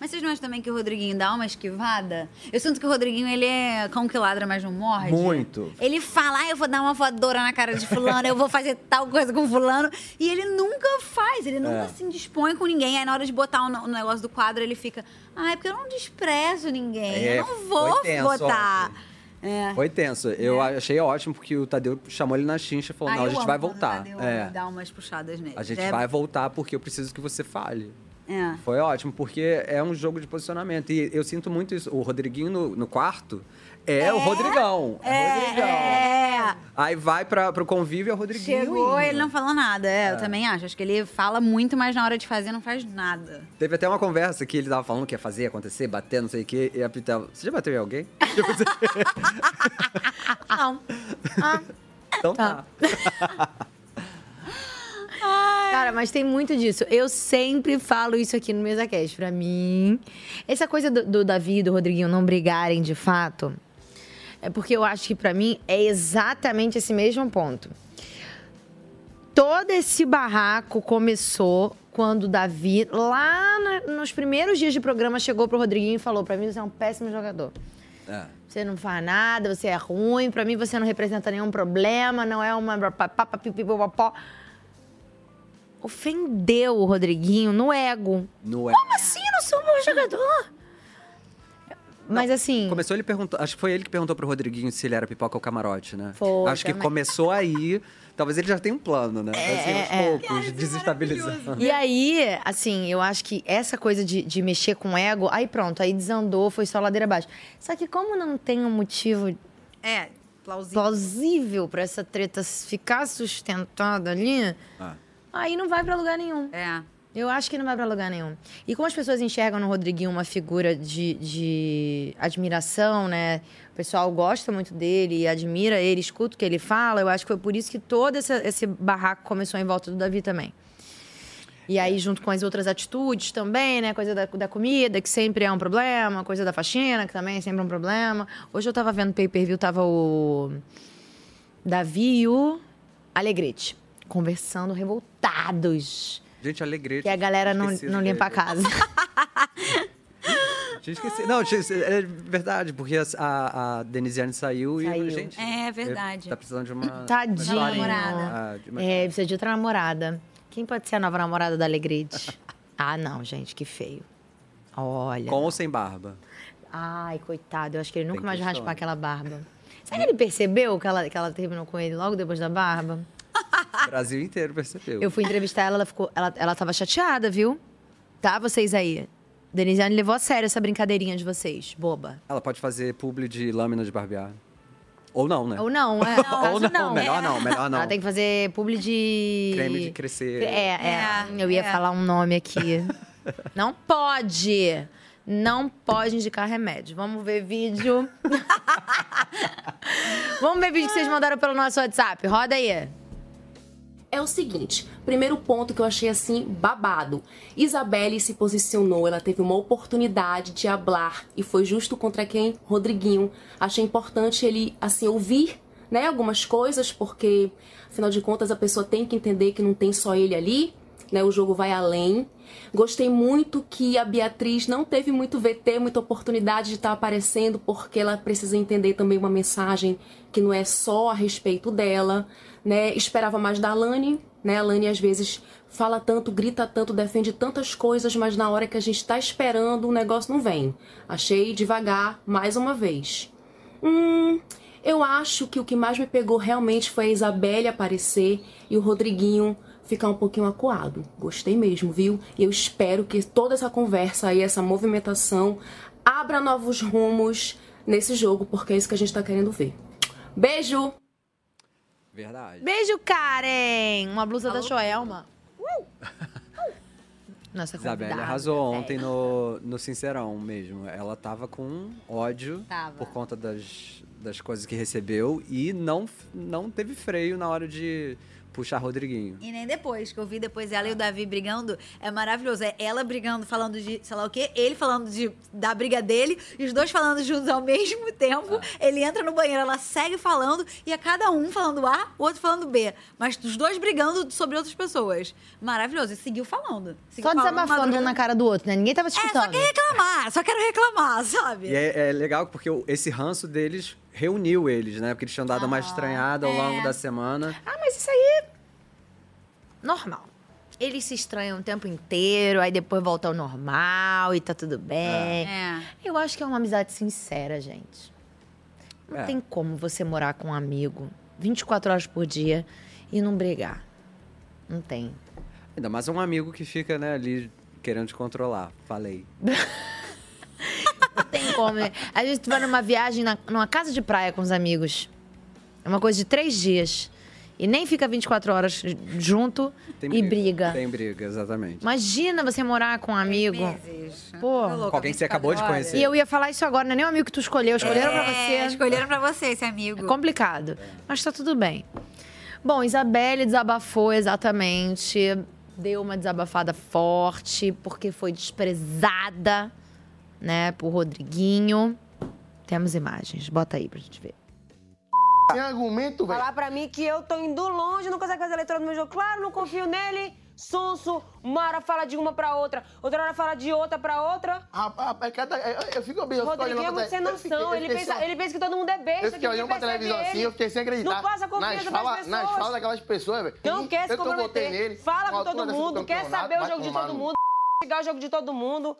Mas vocês não acham também que o Rodriguinho dá uma esquivada? Eu sinto que o Rodriguinho, ele é cão que ladra, mas não morde. Muito. Ele fala, ah, eu vou dar uma voadora na cara de fulano, eu vou fazer tal coisa com fulano. E ele nunca faz, ele nunca É. se indispõe com ninguém. Aí na hora de botar o no- o negócio do quadro, ele fica, ah, é porque eu não desprezo ninguém, É, eu não vou foi tenso botar. É. Foi tenso. Eu achei ótimo porque o Tadeu chamou ele na chincha e falou: Ah, não, a eu gente amo vai quando o voltar. Tadeu É. Dá umas puxadas nele. A gente É- vai voltar porque eu preciso que você fale. É. Foi ótimo, porque é um jogo de posicionamento. E eu sinto muito isso. O Rodriguinho no, no quarto é, o Rodrigão. É o Rodrigão. É. Aí vai pra, pro convívio é o Rodriguinho. Chegou, indo. ele não falou nada. É, É. eu também acho. Acho que ele fala muito, mas na hora de fazer não faz nada. Teve até uma conversa que ele tava falando que ia fazer, acontecer, bater, não sei o quê. E a Pitel, você já bateu em alguém? Não. Ah. Então tá. Cara, mas tem muito disso. Eu sempre falo isso aqui no MesaCast. Pra mim, essa coisa do, do Davi e do Rodriguinho não brigarem de fato, é porque eu acho que pra mim é exatamente esse mesmo ponto. Todo esse barraco começou quando o Davi, lá na- nos primeiros dias de programa, chegou pro Rodriguinho e falou: Pra mim, você é um péssimo jogador. É. Você não faz nada, você é ruim, pra mim você não representa nenhum problema, não é uma. papapipipopopó." Ofendeu o Rodriguinho no ego. No Como assim? Eu não sou um bom jogador? Mas assim. Começou ele perguntou, acho que foi ele que perguntou pro Rodriguinho se ele era pipoca ou camarote, né? Foi, acho que também. começou aí. Talvez ele já tenha um plano, né? assim, aos é, é. poucos, desestabilizando. E aí, assim, eu acho que essa coisa de, de mexer com o ego, aí pronto, aí desandou, foi só ladeira abaixo. Só que como não tem um motivo É, plausível. plausível pra Ah. essa treta ficar sustentada ali, aí não vai pra lugar nenhum. É. Eu acho que não vai pra lugar nenhum. E como as pessoas enxergam no Rodriguinho uma figura de, de admiração, né? O pessoal gosta muito dele, admira ele, escuta o que ele fala. Eu acho que foi por isso que todo essa- esse barraco começou em volta do Davi também. E aí, junto com as outras atitudes também, né? Coisa da, da comida, que sempre é um problema. Coisa da faxina, que também é sempre um problema. Hoje eu tava vendo pay-per-view, tava o Davi e o Alegrete conversando revoltados. Gente, alegrete. Que a galera não, esqueci não limpa a dele. casa. Tinha esquecido. Não, tinha- é verdade, porque a- a, a Denisiane saiu, Saiu. e. Gente, É verdade. Tá precisando de uma. Tadinho. uma historinha, ah, de uma- É, precisa de outra namorada. Quem pode ser a nova namorada da Alegrete? ah, não, gente, que feio. Olha. Com ou sem barba? Ai, coitado, eu acho que ele nunca Tem mais vai raspar questões. aquela barba. Será que ele percebeu que ela, que ela terminou com ele logo depois da barba? O Brasil inteiro percebeu. Eu fui entrevistar ela, ela ficou. Ela, ela tava chateada, viu? Tá, vocês aí. Denisiane levou a sério essa brincadeirinha de vocês, boba. Ela pode fazer publi de lâmina de barbear. Ou não, né? Ou não, é. Ou No caso, não, não. melhor não, melhor não. Ela tem que fazer publi de. Creme de crescer. É, é. eu ia falar um nome aqui. não pode. Não pode indicar remédio. Vamos ver vídeo. Vamos ver vídeo que vocês mandaram pelo nosso WhatsApp. Roda aí. é o seguinte: primeiro ponto que eu achei assim babado. Isabelle se posicionou, ela teve uma oportunidade de hablar e foi justo contra quem? Rodriguinho. Achei importante ele assim ouvir, né, algumas coisas, porque afinal de contas a pessoa tem que entender que não tem só ele ali. Né, o jogo vai além. Gostei muito que a Beatriz não teve muito VT, muita oportunidade de estar aparecendo, porque ela precisa entender também uma mensagem que não é só a respeito dela. Né? Esperava mais da Alane, né? A Alane às vezes fala tanto, grita tanto, defende tantas coisas, mas na hora que a gente está esperando, o negócio não vem. Achei devagar, mais uma vez. Hum, eu acho que o que mais me pegou realmente foi a Isabelle aparecer e o Rodriguinho ficar um pouquinho acuado. Gostei mesmo, viu? E eu espero que toda essa conversa aí, essa movimentação, abra novos rumos nesse jogo, porque é isso que a gente tá querendo ver. Beijo! Verdade. Beijo, Karen! Uma blusa da Joelma. Nossa, Isabelle convidada, né, arrasou velho. ontem no, no Sincerão mesmo. Ela tava com ódio Tava. por conta das, das coisas que recebeu e não, não teve freio na hora de puxar Rodriguinho. E nem depois, que eu vi depois ela e o Davi brigando, é maravilhoso. É ela brigando, falando de sei lá o quê, ele falando de, da briga dele, e os dois falando juntos ao mesmo tempo. É. Ele entra no banheiro, ela segue falando, e é cada um falando A, o outro falando B. Mas os dois brigando sobre outras pessoas. Maravilhoso. E seguiu falando. Seguiu Só falando, desabafando um madrugada- na cara do outro, né? Ninguém tava te escutando. Quer reclamar, só quero reclamar, sabe? E é, é legal porque o- esse ranço deles reuniu eles, né? Porque eles tinham dado uma estranhada ao é. longo da semana. Ah, mas isso aí. Normal. Eles se estranham o tempo inteiro, aí depois volta ao normal e tá tudo É. Ah. bem. Eu acho que é uma amizade sincera, gente. Não É. tem como você morar com um amigo 24 horas por dia e não brigar. Não tem. Ainda mais um amigo que fica, né, ali querendo te controlar. Falei. Não tem como. né? Às vezes tu vai numa viagem, na- numa casa de praia com os amigos. É uma coisa de três dias. E nem fica 24 horas junto e briga. Tem briga, exatamente. Imagina você morar com um amigo. Pô. Tá Com alguém que você acabou de conhecer. E eu ia falar isso agora, não é nem o amigo que tu escolheu, escolheram É, pra você. Escolheram pra você esse amigo. É complicado, mas tá tudo bem. Bom, Isabelle desabafou exatamente, deu uma desabafada forte, porque foi desprezada, né, por Rodriguinho. Temos imagens, bota aí pra gente ver. Tem argumento, velho. Falar pra mim que eu tô indo longe, não consegue fazer leitura no meu jogo. Claro, não confio nele. Sonso, Mara fala de uma pra outra, outra hora fala de outra pra outra. Rapaz, é cada, eu fico eu fico Rodrigo é olhando pra muito sem tele- eu noção. fiquei- eu ele, fiquei pensa, só- ele pensa que todo mundo é besta. Eu fiquei que ninguém olhando pra percebe televisão ele. assim, eu fiquei sem acreditar. Não passa Nas confiança fala- pras pessoas. nas falas daquelas pessoas, velho. Não Eu quer se que eu votei comprometer. nele, Fala com uma todo altura desse mundo, quer campeonato, saber o vai jogo de tomar todo no- mundo, ligar o jogo de todo mundo.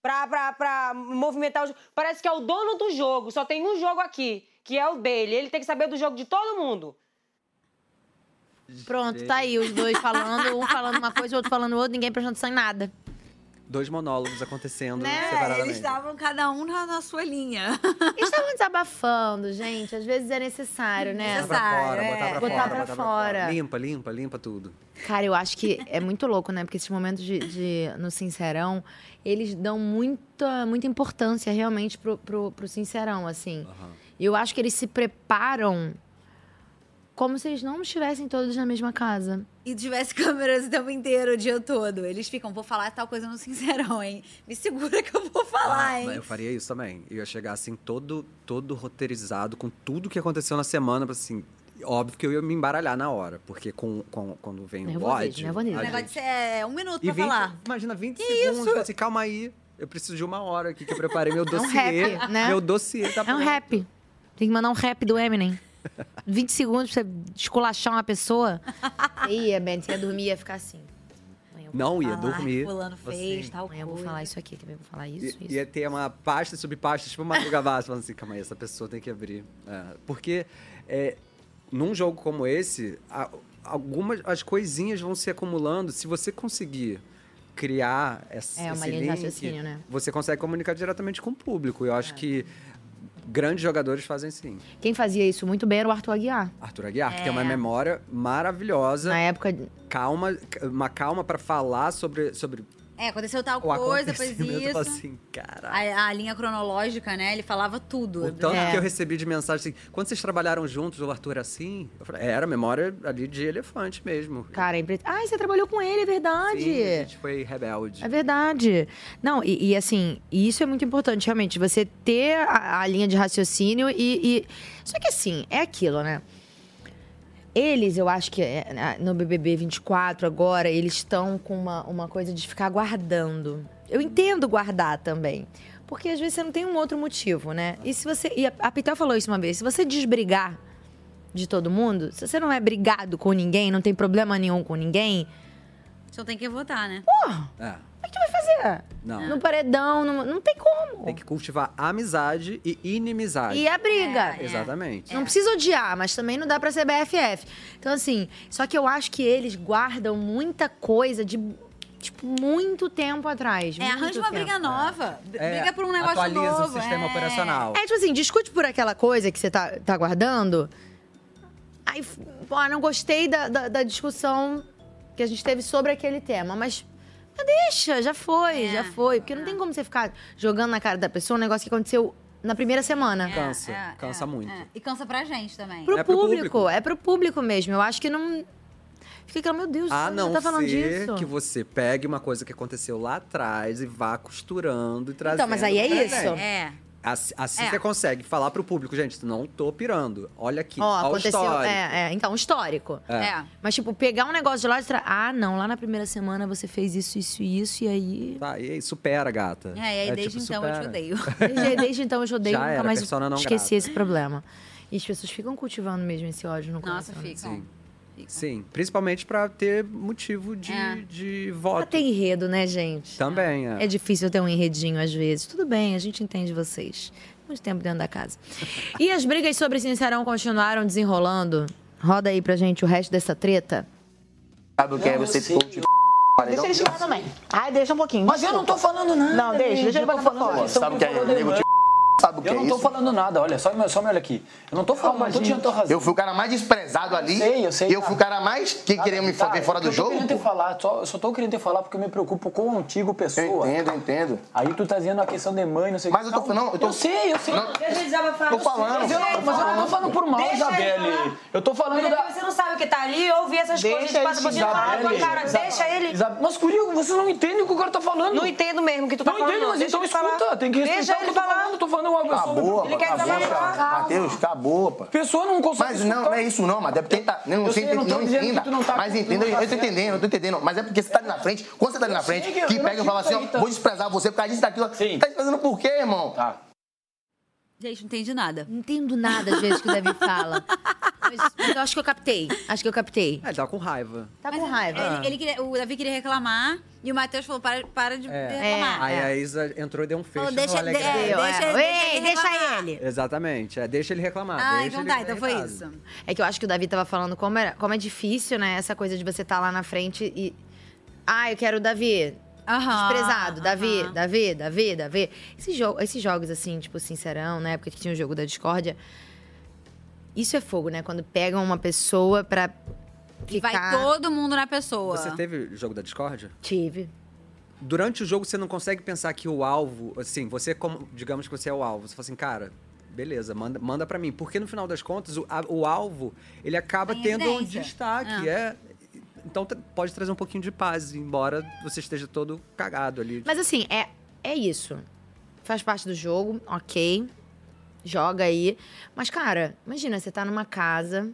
Pra, pra, pra movimentar o jogo. Parece que é o dono do jogo, só tem um jogo aqui, que é o dele. Ele tem que saber do jogo de todo mundo. Pronto, tá aí os dois falando, um falando uma coisa, o outro falando outra, ninguém prestando atenção em nada. dois monólogos acontecendo Né? Eles separadamente. estavam cada um na, na sua linha. Eles estavam desabafando, gente. Às vezes é necessário, né? Botar pra fora, botar pra fora, Botar pra fora. é. Limpa, limpa, limpa tudo. Cara, eu acho que é muito louco, né? Porque esses momentos de, de- no Sincerão, eles dão muita, muita importância realmente pro, pro, pro Sincerão, assim. E eu acho que eles se preparam como se eles não estivessem todos na mesma casa. E tivesse câmeras então, o tempo um inteiro, o dia todo. Eles ficam, vou falar tal coisa no Sincerão, hein? Me segura que eu vou falar, Ah, Mas hein? eu faria isso também. Eu ia chegar assim, todo, todo roteirizado, com tudo que aconteceu na semana, pra, assim. Óbvio que eu ia me embaralhar na hora, porque com, com- quando vem o ódio. O a negócio gente- é um minuto E pra 20 falar. Imagina, 20 que segundos, Isso? tipo assim, calma aí. Eu preciso de uma hora aqui que eu preparei meu É um dossiê. rap, né? Meu dossiê tá É um pronto. rap. Tem que mandar um rap do Eminem. 20 segundos pra você esculachar uma pessoa. Aí, é bem, você ia dormir e ia ficar assim. Não, ia dormir. Ah, Assim, Fulano fez, tal coisa. Eu vou falar isso aqui, também vou falar isso, isso. I- Ia ter uma pasta sobre pasta, tipo uma gavassa, falando assim, calma aí, essa pessoa tem que abrir. É, porque é, num jogo como esse, a- algumas as coisinhas vão se acumulando. Se você conseguir criar essa, É, uma esse linha de link, raciocínio, né? É. você consegue comunicar diretamente com o público. Eu acho que grandes jogadores fazem sim. Quem fazia isso muito bem era o Arthur Aguiar. Arthur Aguiar, que É. tem uma memória maravilhosa. Na época. Calma, uma calma pra falar sobre, sobre É, aconteceu tal o coisa, depois acontecimento. Eu isso. falo assim, cara. A, a linha cronológica, né? Ele falava tudo. O tanto É. né? que eu recebi de mensagem assim, quando vocês trabalharam juntos, o Arthur era assim? Eu falei, era memória ali de elefante mesmo. Cara, é impre... Ai, você trabalhou com ele, é verdade. Sim, a gente foi rebelde. É verdade. Não, e, e, assim, isso é muito importante, realmente, você ter a, a linha de raciocínio e, e- Só que assim, é aquilo, né? Eles, eu acho que é, na- no BBB 24 agora, eles estão com uma, uma coisa de ficar guardando. Eu entendo guardar também. Porque às vezes você não tem um outro motivo, né? E se você. E a, a Pitel falou isso uma vez: se você desbrigar de todo mundo, se você não é brigado com ninguém, não tem problema nenhum com ninguém, Só tem que votar, né? É, o que vai fazer? não. No paredão, no- não tem como. Tem que cultivar amizade e inimizade. É, E a briga. Exatamente. Não precisa odiar, mas também não dá pra ser BFF. Então, assim, só que eu acho que eles guardam muita coisa de, tipo, muito tempo atrás. É, arranja uma briga nova. É, Briga por um negócio atualiza novo. o sistema é. operacional. É, tipo assim, discute por aquela coisa que você tá, tá guardando. Aí, f- pô, não gostei da, da, da discussão que a gente teve sobre aquele tema, mas. mas Deixa, já É, foi, já foi. Porque não tem como você ficar jogando na cara da pessoa um negócio que aconteceu na primeira semana. É, Cansa, É, cansa muito. E cansa pra gente também. Pro, É pro público, público. é pro público mesmo. Eu acho que não. Fica aquela, meu Deus, A você não tá falando ser disso. que você pegue uma coisa que aconteceu lá atrás e vá costurando e trazendo. Então, mas aí é pra isso. dentro. É. Assim, assim É. você consegue falar pro público, gente, não tô pirando. Olha aqui, Ó, olha o aconteceu. histórico. É, é, então, um histórico. É. É. Mas, tipo, pegar um negócio de lá e tra... Ah, não, lá na primeira semana você fez isso, isso e isso, e aí. Tá, e aí, supera, gata. tipo, É, e aí, desde então, eu te supera. odeio. Desde, desde então eu já odeio, Já nunca era, mais persona não esqueci grata. esse problema. E as pessoas ficam cultivando mesmo esse ódio no Nossa, coração. né? ficam. Sim, principalmente pra ter motivo de, de Pra Tá voto. ter enredo, né, gente? Também, é. É difícil ter um enredinho às vezes. Tudo bem, a gente entende vocês. Muito tempo dentro da casa. E as brigas sobre Sincerão continuaram desenrolando. Roda aí pra gente o resto dessa treta. Sabe o que é você pôr o tipo um paredão? assim? também. Ai, deixa um pouquinho. Mas eu não tô falando nada. Não, deixa, deixa ele falar. Pô, Sabe o que Então, é nego tipo Sabe o que Eu é não tô isso? falando nada, olha, só, me- só me olha aqui. Eu não tô falando, não tô te dando razão. Eu fui o cara mais desprezado ali. sei, eu sei, E eu fui o cara mais que queria me Tá, ver fora do eu tô jogo. Querendo te falar, só, eu só tô querendo te falar porque eu me preocupo contigo, pessoa. Eu entendo, eu entendo. Aí tu tá dizendo a questão de mãe, não sei o que. Mas eu tô falando, eu tô- sei, eu sei. Não, Deixa ele desabafar. Tô falando. Mas eu, não- mas eu não tô falando por mal, Deixa ele Isabelle. Eu tô falando Mas da... depois você não sabe o que tá ali, ouve essas coisas, Deixa passa por ele, cima fala na tua Isabelle. cara, Isa- deixa ele. Isa- Mas, Curio, vocês não entendem o que o cara tá falando. Não entendo mesmo o que tu tá Não falando. entendo, mas deixa então ele falar. escuta, tem que respeitar Deixa o que ele eu tô falar. falando, tô falando uma Tá boa, Ele quer tá boa, trabalhar. tá- Matheus, tá boa, pô. Pessoa não consegue Mas não, não é isso não, mas é porque tá. Eu não Eu sei, sei, eu não tô não dizendo que entenda. tu não tá- mas tu não entenda, tá eu tô certo. entendendo, eu tô entendendo. Mas é porque você tá ali na frente, quando você tá ali na frente, que eu- que eu pega e não fala assim, ó, digo isso aí, tá? vou desprezar você por causa disso, daquilo. Tá desprezando por quê, irmão? Tá. Gente, não entendi nada. Não entendo nada às vezes que o Davi fala. Mas, mas eu acho que eu captei. Acho que eu captei. É, ele tava com raiva. Tá com raiva. Ele, ele queria- o Davi queria reclamar e o Matheus falou: para, para de É. reclamar. Aí a Isa entrou e deu um fecho. Falou, no deixa, de, Alegre deixa, Deu, é. deixa, Ei, deixa ele. Exatamente, é, deixa ele reclamar. Ah, deixa então ele tá, então foi irritado. isso. É que eu acho que o Davi tava falando tá como, era, como é difícil, né? Essa coisa de você estar lá na frente e. Ah, eu quero o Davi. Aham, Desprezado, Davi, Davi, Davi, Davi. Esses, jo esses jogos, assim, tipo, sincerão, na época que tinha o jogo da discórdia. Isso é fogo, né? Quando pegam uma pessoa pra E É. vai ficar... todo mundo na pessoa. Você teve jogo da discórdia? Tive. Durante o jogo, você não consegue pensar que o alvo, assim, você como, digamos que você é o alvo, você fala assim, cara, beleza, manda, manda para mim. Porque no final das contas, o, a- o alvo, ele acaba Tem tendo um evidência. destaque, Ah. é... Então tra- pode trazer um pouquinho de paz, embora você esteja todo cagado ali. Mas assim, é, é isso. Faz parte do jogo, ok. Joga aí. Mas, cara, imagina, você tá numa casa,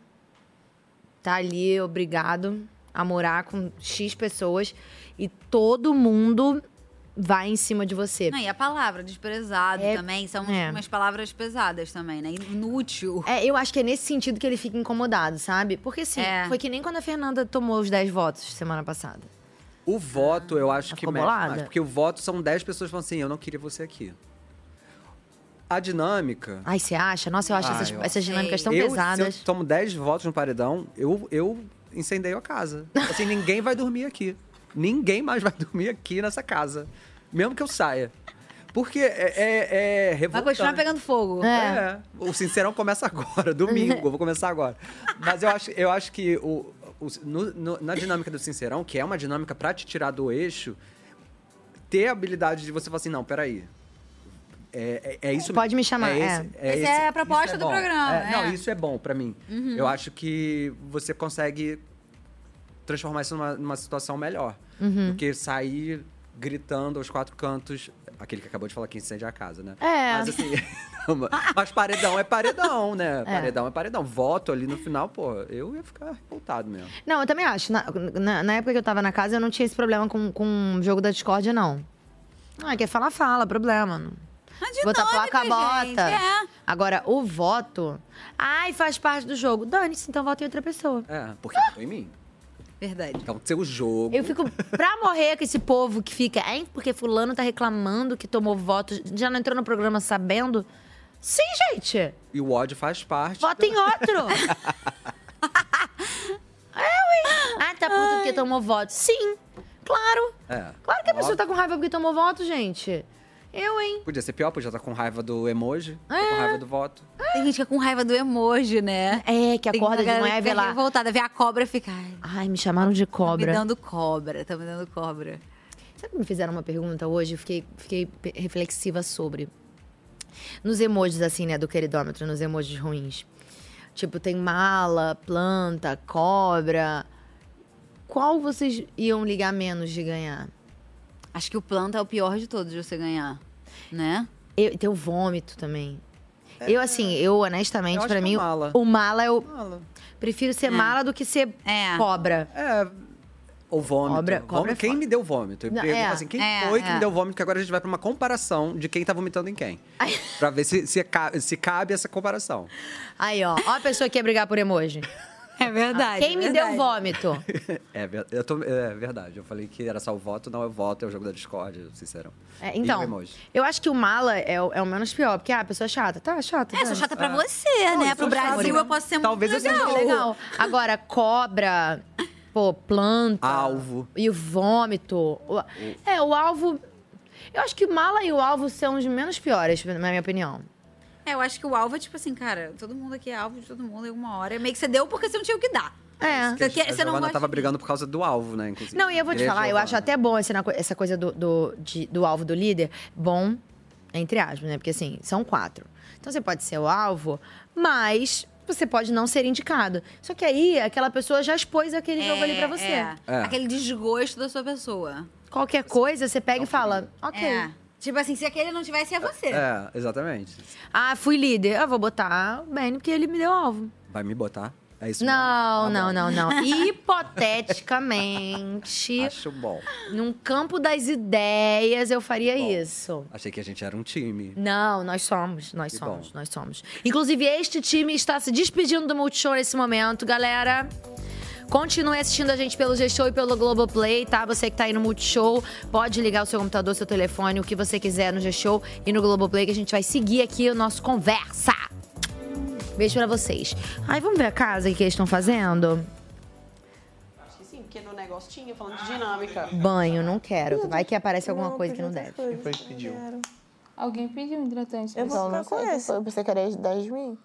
tá ali obrigado a morar com X pessoas e todo mundo vai em cima de você. Não, e a palavra desprezado É- também são é. umas palavras pesadas também, né? Inútil. É, eu acho que é nesse sentido que ele fica incomodado, sabe? Porque assim, É. foi que nem quando a Fernanda tomou os 10 votos semana passada. O voto, eu acho que ficou mexe bolada? mais. Porque o voto são 10 pessoas falando assim, eu não queria você aqui. A dinâmica... Ai, você acha? Nossa, eu acho Ah, essas, eu- essas dinâmicas tão Eu, pesadas. Se eu tomo 10 votos no paredão, eu, eu incendeio a casa. Assim, ninguém vai dormir aqui. Ninguém mais vai dormir aqui nessa casa. Mesmo que eu saia. Porque é, é, é Vai revoltante. continuar pegando fogo. É. O Sincerão começa agora, domingo, eu vou começar agora. Mas eu acho, eu acho que o, o- no- no- na dinâmica do Sincerão, que é uma dinâmica pra te tirar do eixo, ter a habilidade de você falar assim, não, peraí. É, é, é isso Pode me chamar, é. Essa é a isso proposta do bom. programa, É, Não, é. isso é bom pra mim. Uhum. Eu acho que você consegue transformar isso numa, numa situação melhor. Uhum. Do que sair gritando aos quatro cantos. Aquele que acabou de falar que incende a casa, né? É. Mas assim. mas paredão é paredão, né? É. Paredão é paredão. Voto ali no final, pô, eu ia ficar revoltado mesmo. Não, eu também acho. Na, na- na época que eu tava na casa, eu não tinha esse problema com, com o jogo da discórdia, não. Ah, quer falar, fala, problema. não. É Botar placa, né, gente, bota. é. Agora, o voto. Ai, faz parte do jogo. Dane-se, então vota em outra pessoa. É, Ah! porque foi em mim. Verdade. Então, seu jogo. Eu fico pra morrer com esse povo que fica, hein? Porque fulano tá reclamando que tomou voto, já não entrou no programa sabendo. Sim, gente! E o ódio faz parte. Vota em outro! é, ué. Ah, tá puto porque tomou voto. Sim, claro. É. Claro que a pessoa Óbvio. tá com raiva porque tomou voto, gente. Eu, hein? Podia ser pior, podia estar com raiva do emoji, tá É. com raiva do voto. Tem gente que é com raiva do emoji, né? É, que acorda de manhã e vê lá. Voltada, vê a cobra e fica. Ai, Ai, me chamaram de Tá me cobra. dando cobra, tá me dando cobra. Sabe que me fizeram uma pergunta hoje? Eu fiquei, fiquei pe- reflexiva sobre. Nos emojis, assim, né, do queridômetro, nos emojis ruins. Tipo, tem mala, planta, cobra. Qual vocês iam ligar menos de ganhar? Acho que o planta é o pior de todos de você ganhar, né? Eu, tem o vômito também. Eu, assim, eu honestamente, É. acho pra que mim, é mala. o mala é o. Prefiro ser É. mala do que ser cobra. É. Ou vômito. Cobra- cobra Vômito, é quem me deu vômito? Eu Não, pergunto é, assim, quem é, foi que é. me deu vômito? Que agora a gente vai pra uma comparação de quem tá vomitando em quem. pra ver se, se, ca- se cabe essa comparação. Aí, ó. Ó a pessoa que ia brigar por emoji. É verdade. Quem é me verdade. deu vômito? É, ver- eu tô- é verdade. Eu falei que era só o voto, não é o voto, é o jogo da discórdia, sincerão. É, E o então, emoji. eu acho que o mala é o, é o menos pior, porque ah, a pessoa é chata. Tá, chata. É, sou dane-se. chata pra você, Não, né? eu Pro sou Brasil chata. eu posso ser Talvez muito eu seja legal. legal. Agora, cobra, pô, planta. Alvo. E o vômito. O- É, o alvo. Eu acho que mala e o alvo são os menos piores, na minha opinião. É, eu acho que o alvo é tipo assim, cara, todo mundo aqui é alvo de todo mundo em uma hora. Meio que você deu porque você não tinha o que dar. É. Você, Porque quer- a você não Giovana gosta. tava brigando por causa do alvo, né, inclusive. Não, e eu vou te Beijo, falar, eu Giovana. acho até bom esse na co- essa coisa do, do, de- do alvo do líder. Bom, entre aspas, né? Porque assim, são quatro. Então você pode ser o alvo, mas você pode não ser indicado. Só que aí aquela pessoa já expôs aquele jogo ali pra você. é. É. Aquele desgosto da sua pessoa. Qualquer coisa, você pega e fala, ok. É. Tipo assim, se aquele não tivesse, é você. É, exatamente. Ah, fui líder. Eu vou botar o Benny, porque ele me deu alvo. Vai me botar? É isso Não, mesmo? não, Tá não, bom. não. Hipoteticamente, Acho bom. num campo das ideias, eu faria isso. Achei que a gente era um time. Não, nós somos, nós Que somos, bom. nós somos. Inclusive, este time está se despedindo do Multishow nesse momento, galera. Continue assistindo a gente pelo G-Show e pelo Globoplay, tá? Você que tá aí no Multishow, pode ligar o seu computador, seu telefone, o que você quiser no G-Show e no Globoplay, que a gente vai seguir aqui o nosso Conversa. Beijo pra vocês. Ai, vamos ver a casa que eles estão fazendo? Acho que sim, porque no negócio tinha, falando de dinâmica. Banho, não quero. Vai que aparece alguma coisa que não deve. Foi que pediu. Alguém pediu um hidratante. Eu vou pessoal, ficar não sei com quem esse. foi. Você queria 10 de mim?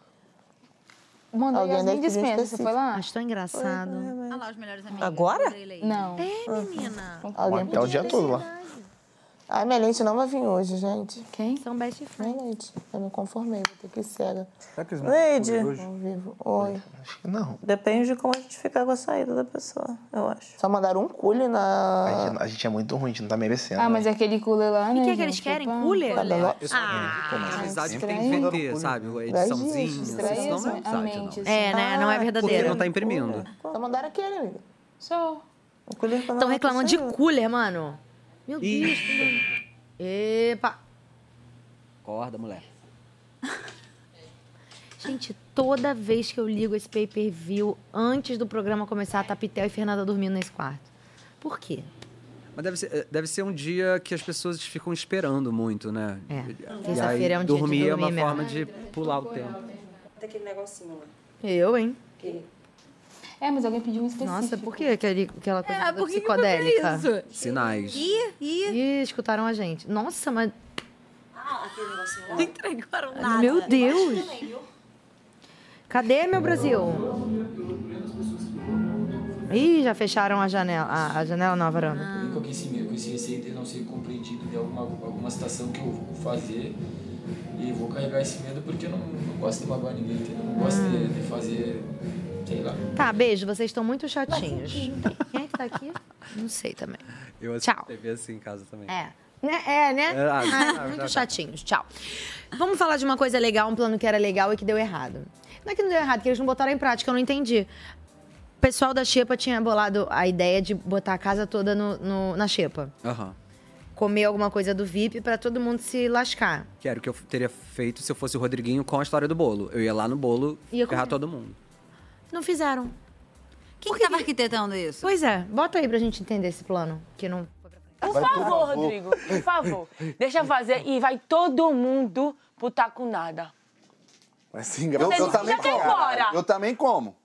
Mandou Alguém Yasmin deve pedir um dispensa, você foi lá? Acho tão engraçado. Olha lá os melhores amigos. Agora? Hum. Não. É, menina. Alguém Até Tá o dia todo lá. Ai, minha lente não vai vir hoje, gente. Quem? São Best Friends. Minha lente. Eu me conformei, vou ter que ir cega. Será que Leide. Ao vivo. Oi. Acho que não. Depende de como a gente ficar com a saída da pessoa, eu acho. Só mandaram um cule na. A gente, a gente é muito ruim, a gente não tá merecendo. Ah, mas é aquele cooler lá, né? que é que eles gente? querem? Pá. Tá Cooler? Ah. Cada lo- Eu só acredito quando Ah, a amizade tem que vender, sabe? A ediçãozinha, assim, senão não é amizade, não. É, né? Não é verdadeiro. Porque não tá imprimindo. Só mandaram aquele, amigo. Só. Estão reclamando de cooler, mano. Meu Deus. Epa. Acorda, mulher. Gente, toda vez que eu ligo esse pay-per-view, antes do programa começar, tá Pitel e Fernanda dormindo nesse quarto. Por quê? Mas deve ser, eh, deve ser um dia que as pessoas ficam esperando muito, né? É. E Terça-feira aí, é um dia de dormir é uma dormir mesmo. forma de pular o tempo. Tem aquele negocinho lá. Eu, hein? É, mas alguém pediu um específico. Nossa, por que aquele- aquela coisa É, toda por que que eu comprei psicodélica? isso? Sinais. Ih, ih. escutaram a gente. Nossa, mas. Ah, Não entregaram nada. Meu Deus. Cadê meu Brasil? Ih, já fecharam a janela. A, a janela não, a varanda. Com esse, medo, com esse receio de não ser compreendido de alguma, alguma situação que eu vou fazer e vou carregar esse medo porque eu não, não gosto de magoar ninguém, entendeu? Não gosto de, de fazer, sei lá. Tá, beijo. Vocês estão muito chatinhos. Quem é que tá aqui? Não sei também. Eu assisto TV assim em casa também. É. Né? É, né? É, ah, Ah, tá, muito tá, tá. chatinhos. Tchau. Vamos falar de uma coisa legal, um plano que era legal e que deu errado. Não é que não deu errado, que eles não botaram em prática, eu não entendi. O pessoal da Xepa tinha bolado a ideia de botar a casa toda no- no- na Xepa. Aham. Comer alguma coisa do VIP pra todo mundo se lascar. Que era o que eu teria feito se eu fosse o Rodriguinho com a história do bolo. Eu ia lá no bolo Ia ferrar comer. todo mundo. Não fizeram. Quem que tava arquitetando isso? Pois é, bota aí pra gente entender esse plano, que não Por Vai, por favor, favor. Rodrigo, por favor. Deixa eu fazer e vai todo mundo pro taco nada. Vai ser engraçado. Vocês já querem ir embora? Eu também como.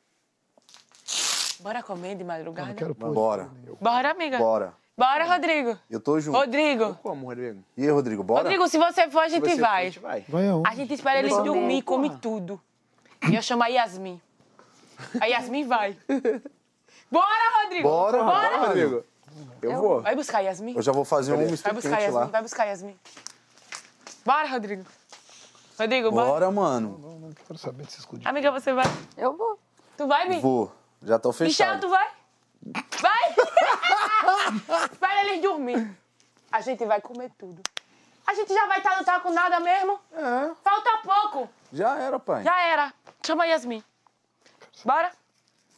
Bora comer de madrugada? Bora. Bora, amiga. Bora. Bora, Rodrigo. Eu tô junto. Rodrigo. Eu como, Rodrigo? E aí, Rodrigo, bora? Rodrigo, se você for, a gente Se você for, vai. a gente vai. A gente espera ele Bora. dormir, come tudo. E eu chamo a Yasmin. A Yasmin vai. Bora, Rodrigo! Bora, bora, Rodrigo. Eu vou. Vai buscar a Yasmin. Eu já vou fazer um misto Vai buscar a quente Yasmin, lá. vai buscar a Yasmin. Bora, Rodrigo. Rodrigo, bora. Bora, mano. Quero saber desses cu- Amiga, você vai? Eu vou. Tu vai, Bi? Vou. Já tô Michel, fechado. tu vai? Vai! Espera eles dormir. A gente vai comer tudo. A gente já vai estar no taco nada mesmo? É. Falta pouco. Já era, pai. Já era. Chama a Yasmin. Bora?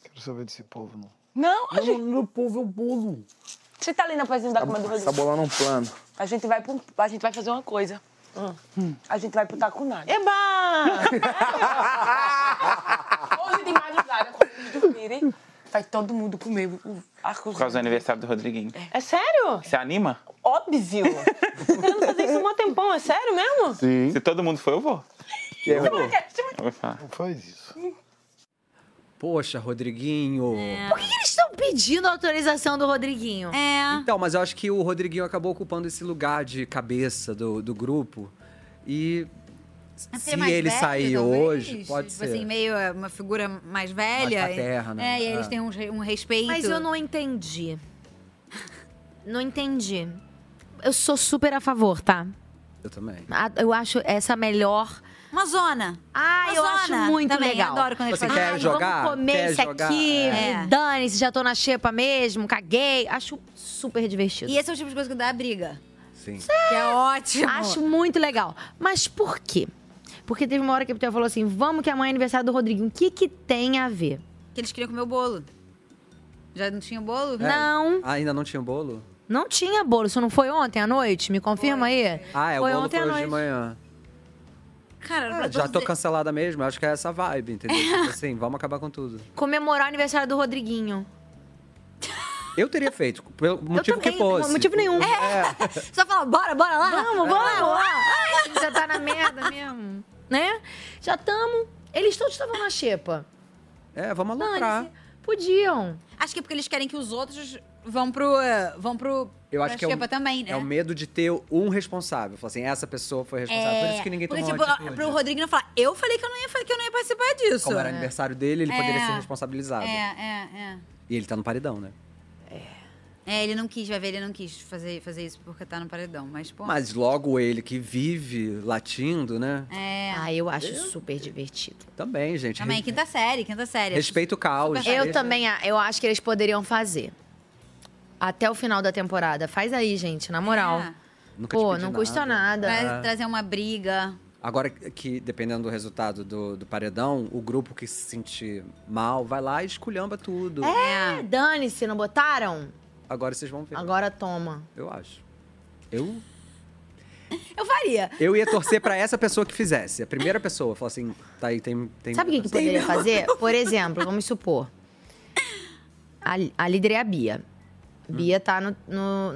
Quero saber desse povo, não. Não, a gente... Meu povo é o bolo. Você tá ali na coisinha da cama do Rodrigo. Tá bolando um plano. A gente vai, pro- a gente vai fazer uma coisa. Hum. A gente vai pro taco nada. Hoje de madrugada, quando eles dormirem, vai todo mundo comer. o- a Por causa do aniversário do Rodriguinho. É sério? Você anima? Óbvio! Querendo fazer isso há um tempão, é sério mesmo? Sim. Se todo mundo for, eu vou. Eu vou. Eu vou falar. Faz isso. Poxa, Rodriguinho. Por que, que eles estão pedindo a autorização do Rodriguinho? É. Então, mas eu acho que o Rodriguinho acabou ocupando esse lugar de cabeça do, do grupo. E se ele sair hoje, pode tipo ser. assim, meio é, uma figura mais velha. Mais paterna, né? É, e aí eles É. têm um, re- um respeito. Mas eu não entendi. Não entendi. Eu sou super a favor, tá? Eu também. A- Eu acho essa a melhor. Uma zona. Ah, eu acho muito também, legal. Adoro quando eles Você fazem. quer "Ai, jogar? Vamos comer Quer isso jogar? aqui. É. É. Dane-se, já tô na xepa mesmo, caguei. Acho super divertido. E esse é o tipo de coisa que dá briga. Sim. Que é ótimo. Acho muito legal. Mas por quê? Porque teve uma hora que a Pitel falou assim: vamos que amanhã é aniversário do Rodrigo. O que, que tem a ver? Que eles queriam comer o bolo. Já não tinha o bolo? É, Ainda não tinha o bolo? Não tinha bolo. Isso não foi ontem à noite? Me confirma aí? Ah, é, Foi o bolo foi ontem à hoje noite. de manhã. Cara, Ah, pra já todos tô cancelada mesmo, acho que é essa vibe, entendeu? Tipo assim, vamos acabar com tudo. Comemorar o aniversário do Rodriguinho. Eu teria feito, pelo motivo que também, fosse. É. por motivo nenhum. Só fala, bora, bora lá. Vamos, bora lá. Ai, já tá na merda mesmo. Né? Já tamo. Eles todos estavam na xepa. É, vamos aloprar. Dane-se. Podiam. Acho que é porque eles querem que os outros vão pro. eh, vão pro. Eu acho pra que é o, xepa também, né? é o medo de ter um responsável. Falar assim, essa pessoa foi responsável. Por isso que ninguém porque, tomou tipo, uma atitude. pro Rodrigo não falar, eu falei que eu não ia, fa- que eu não ia participar disso. Como era aniversário dele, ele poderia É. ser responsabilizado. É, é, E ele tá no paredão, né? é. É, ele não quis, vai ver, ele não quis fazer, fazer isso porque tá no paredão. Mas, pô. Mas logo ele que vive latindo, né? É. Ah, eu acho super divertido. Também, gente. Também, quinta série, quinta série. Respeita o caos. Eu Deixa- também, a- eu acho que eles poderiam fazer. Até o final da temporada. Faz aí, gente, na moral. Nunca te Pô, pedi não custa nada. É. É. Ah. Trazer uma briga. Agora que, dependendo do resultado do, do paredão, o grupo que se sentir mal vai lá e esculhamba tudo. É, dane-se, não botaram? Agora vocês vão ver. Agora toma. Eu acho. Eu, Eu faria. eu ia torcer pra essa pessoa que fizesse. A primeira pessoa. Falar assim, tá aí, tem... tem Sabe o que, que tem- poderia fazer? Por exemplo, vamos supor. A, a líder é a Bia. Bia tá no, no,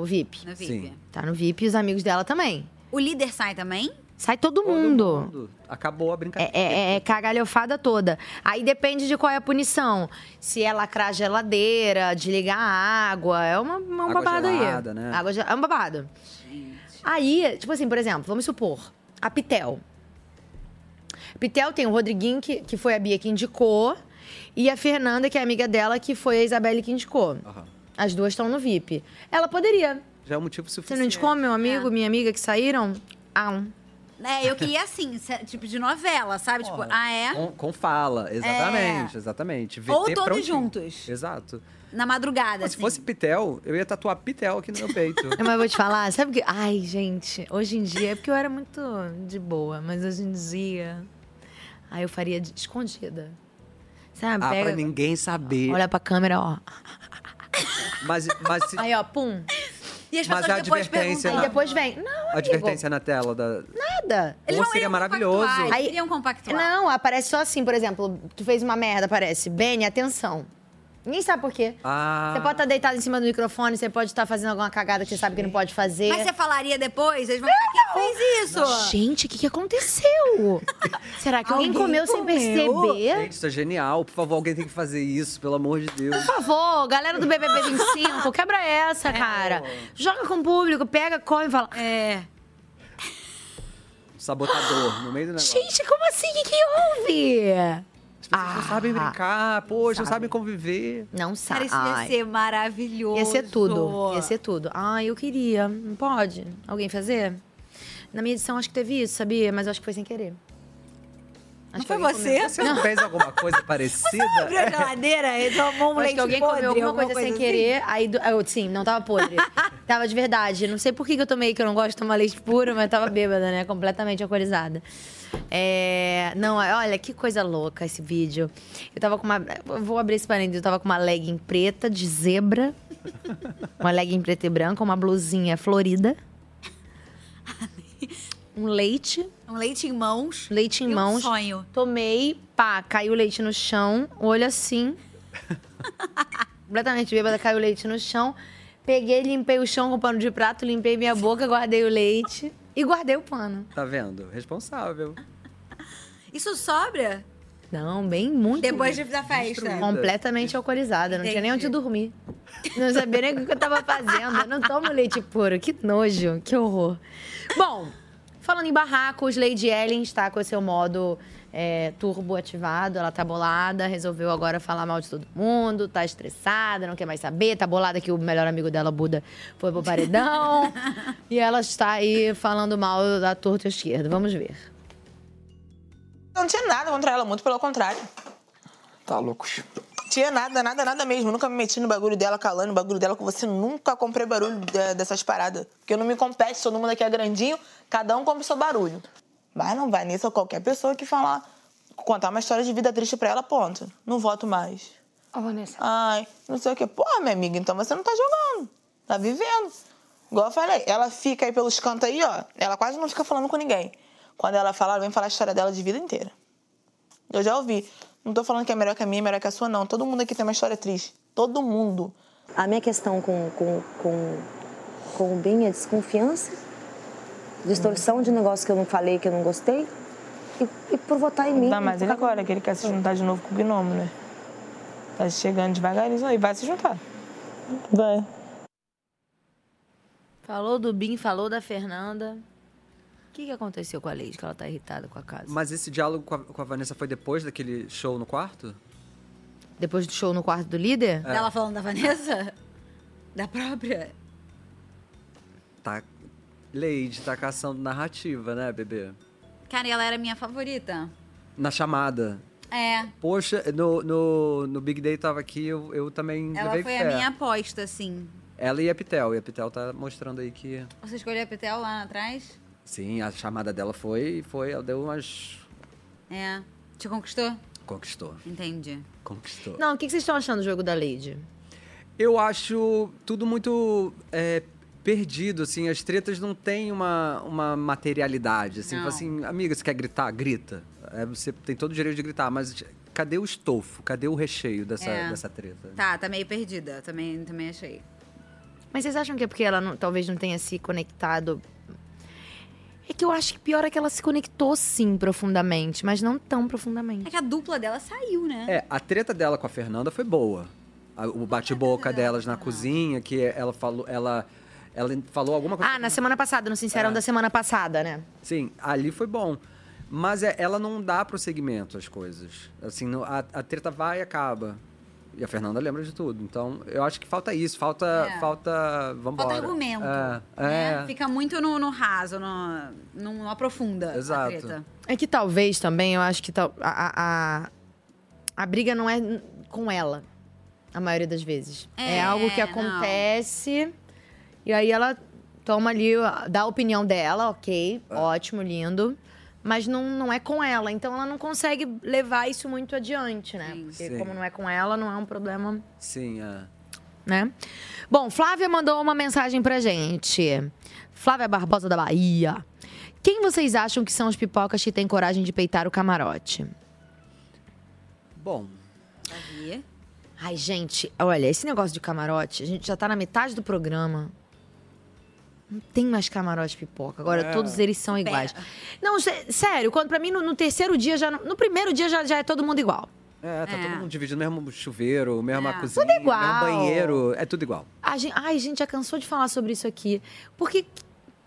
no VIP. No VIP. Sim. Tá no VIP e os amigos dela também. O líder sai também? Sai todo, mundo. Acabou a brincadeira. É, é, é cagalhofada toda. Aí depende de qual é a punição. Se é lacrar a geladeira, desligar a água. É uma, uma- um Água babado gelada, aí. né? Água ge- É um babado. Aí, tipo assim, por exemplo, vamos supor, a Pitel. Pitel tem o Rodriguinho, que, que foi a Bia que indicou, e a Fernanda, que é amiga dela, que foi a Isabelle que indicou. Aham. As duas estão no VIP. Ela poderia. Já é um motivo Você suficiente. não indicou, meu amigo, minha amiga que saíram? Ah, um. É, eu queria assim, se- tipo de novela, sabe? tipo, ah, é? né? Com, com fala, É. exatamente, exatamente. Ou todos prontinho. juntos. Exato. Na madrugada, assim. Se fosse Pitel, eu ia tatuar Pitel aqui no meu peito. Não, Mas eu vou te falar, sabe o que. Ai, gente, hoje em dia é porque eu era muito de boa, mas hoje em dia. Aí eu faria de- escondida. Sabe? ah, Pega- pra ninguém saber. Olha pra câmera, ó. Mas, mas se- Aí, ó, pum. E as Mas pessoas a depois advertência perguntam. na- Aí depois vem. Não, a amigo, advertência é na tela da. Nada. Ou seria maravilhoso. Aí- iriam compactuar. Não, aparece só assim, por exemplo, tu fez uma merda, aparece. Bene, atenção. Ninguém sabe por quê. Ah. Você pode estar deitado em cima do microfone, você pode estar fazendo alguma cagada que você sabe que não pode fazer. Mas você falaria depois? Eles vão falar, quem fez Ah. isso? Gente, o que, que aconteceu? Será que alguém, comeu, sem perceber? Gente, isso é genial. Por favor, alguém tem que fazer isso, pelo amor de Deus. Por favor, galera do BBB 25, quebra essa, cara. Joga com o público, pega, come e fala. É. Sabotador, no meio do negócio. Gente, como assim? O que, que houve? Ah, As pessoas não sabem brincar, poxa, não sabem conviver. Não sabe. Cara, isso ia ser maravilhoso. Ia ser tudo. Ia ser tudo. Ai, eu queria. Não pode? Alguém fazer? Na minha edição acho que teve isso, sabia? Mas eu acho que foi sem querer. Acho que foi alguém você? comeu- Você não fez alguma coisa parecida? abriu a geladeira e tomou um acho leite que alguém podre, comeu alguma alguma coisa, sem coisa assim. querer. Aí, do- eu, sim, não tava podre. tava de verdade. Não sei por que que eu tomei, que eu não gosto de tomar leite puro, mas eu tava bêbada, né? Completamente alcoolizada. É, não, olha, que coisa louca esse vídeo. Eu tava com uma. eu Vou abrir esse parênteses. Eu tava com uma legging preta de zebra. uma legging preta e branca, uma blusinha florida. Um leite. Um leite em mãos. Leite em E um mãos. sonho. Tomei, pá, caiu o leite no chão, olho assim. completamente bêbada, caiu o leite no chão. Peguei, limpei o chão com pano de prato, limpei minha boca, guardei o leite e guardei o pano. Tá vendo? Responsável. Isso sobra? Não, bem muito. Depois bem. de- da festa. Destruída. Completamente alcoolizada, não tinha nem onde dormir. Não sabia nem o que eu tava fazendo. Eu não tomo leite puro, que nojo, que horror. Bom, falando em barracos, Lady Ellen está com o seu modo é, turbo ativado, ela tá bolada, resolveu agora falar mal de todo mundo, tá estressada, não quer mais saber, tá bolada que o melhor amigo dela, Buda, foi pro paredão. e ela está aí falando mal da torta esquerda, vamos ver. Eu não tinha nada contra ela, muito pelo contrário. Tá loucos. Tinha nada, nada, nada mesmo. Nunca me meti no bagulho dela, calando o bagulho dela com você. Nunca comprei barulho de- dessas paradas. Porque não me compete, todo mundo aqui é grandinho, cada um compra o seu barulho. Mas não vai nisso qualquer pessoa que falar, contar uma história de vida triste pra ela, ponto. Não voto mais. Ô, Vanessa. Ai, não sei o quê. Porra, minha amiga, então você não tá jogando. Tá vivendo. Igual eu falei, ela fica aí pelos cantos aí, ó. Ela quase não fica falando com ninguém. Quando ela fala, ela vem falar a história dela de vida inteira. Eu já ouvi. Não tô falando que é melhor que a minha, melhor que a sua, não. Todo mundo aqui tem uma história triste. Todo mundo. A minha questão com, com, com, com o BIM é desconfiança, distorção de negócio que eu não falei, que eu não gostei, e, e por votar em mim. Ainda mais por ele causa- agora, que ele quer se juntar de novo com o gnomo, né? Tá chegando devagarinho aí, vai se juntar. Vai. Falou do Bim, falou da Fernanda. O que, que aconteceu com a Lady? Que ela tá irritada com a casa. Mas esse diálogo com a, com a Vanessa foi depois daquele show no quarto? Depois do show no quarto do líder? É. Ela Tá falando da Vanessa? Da própria? Tá. Lady, tá caçando narrativa, né, bebê? Cara, e ela era minha favorita. Na chamada. É. Poxa, no, no, no Big Day tava aqui, eu, eu também Ela levei foi fé. a minha aposta, assim. Ela e a Pitel, e a Pitel tá mostrando aí que... Você escolheu a Petel lá atrás? Sim, a chamada dela foi, foi, ela deu umas... É. Te conquistou? Conquistou, Entendi. conquistou. Não, o que, que vocês estão achando do jogo da Lady? Eu acho tudo muito é, perdido, assim. As tretas não têm uma, uma materialidade, assim. Não. Fala assim, amiga, você quer gritar? Grita. É, você tem todo o direito de gritar, mas cadê o estofo? Cadê o recheio dessa, É. dessa treta? Tá, tá meio perdida. Também, também achei. Mas vocês acham que é porque ela não- talvez não tenha se conectado? É que eu acho que pior é que ela se conectou sim profundamente, mas não tão profundamente. É que a dupla dela saiu, né? É, a treta dela com a Fernanda foi boa. A- O bate-boca delas na cozinha, que ela falou, ela, ela falou alguma coisa. Ah, na semana passada, no Sincerão É. da semana passada, né? Sim, ali foi bom. Mas é- ela não dá prosseguimento às coisas. Assim, no- a, a treta vai e acaba. E a Fernanda lembra de tudo. Então, eu acho que falta isso. Falta. É. Falta. Vambora. Falta argumento. É, né? é. Fica muito no, no raso, no, não aprofunda a treta. É que talvez também, eu acho que tal- a, a, a, a briga não é n- com ela, a maioria das vezes. É, É, algo que não. acontece e aí ela toma ali, a- dá a opinião dela, ok, ótimo, lindo. Mas não, não é com ela, então ela não consegue levar isso muito adiante, né? Porque Sim. como não é com ela, não é um problema Sim, é. né? Bom, Flávia mandou uma mensagem pra gente. Flávia Barbosa da Bahia. Quem vocês acham que são os pipocas que têm coragem de peitar o camarote? Bom. Ai, gente, olha, esse negócio de camarote, a gente já tá na metade do programa. Não tem mais camarote pipoca. Agora É. todos eles são iguais. Não, sé- sério, quando pra mim no, no terceiro dia já. não- No primeiro dia já, já é todo mundo igual. É, tá É. todo mundo dividindo, mesmo chuveiro, mesma Tudo cozinha, igual. mesmo banheiro, é tudo igual. A gen- ai, gente, já cansou de falar sobre isso aqui. Porque,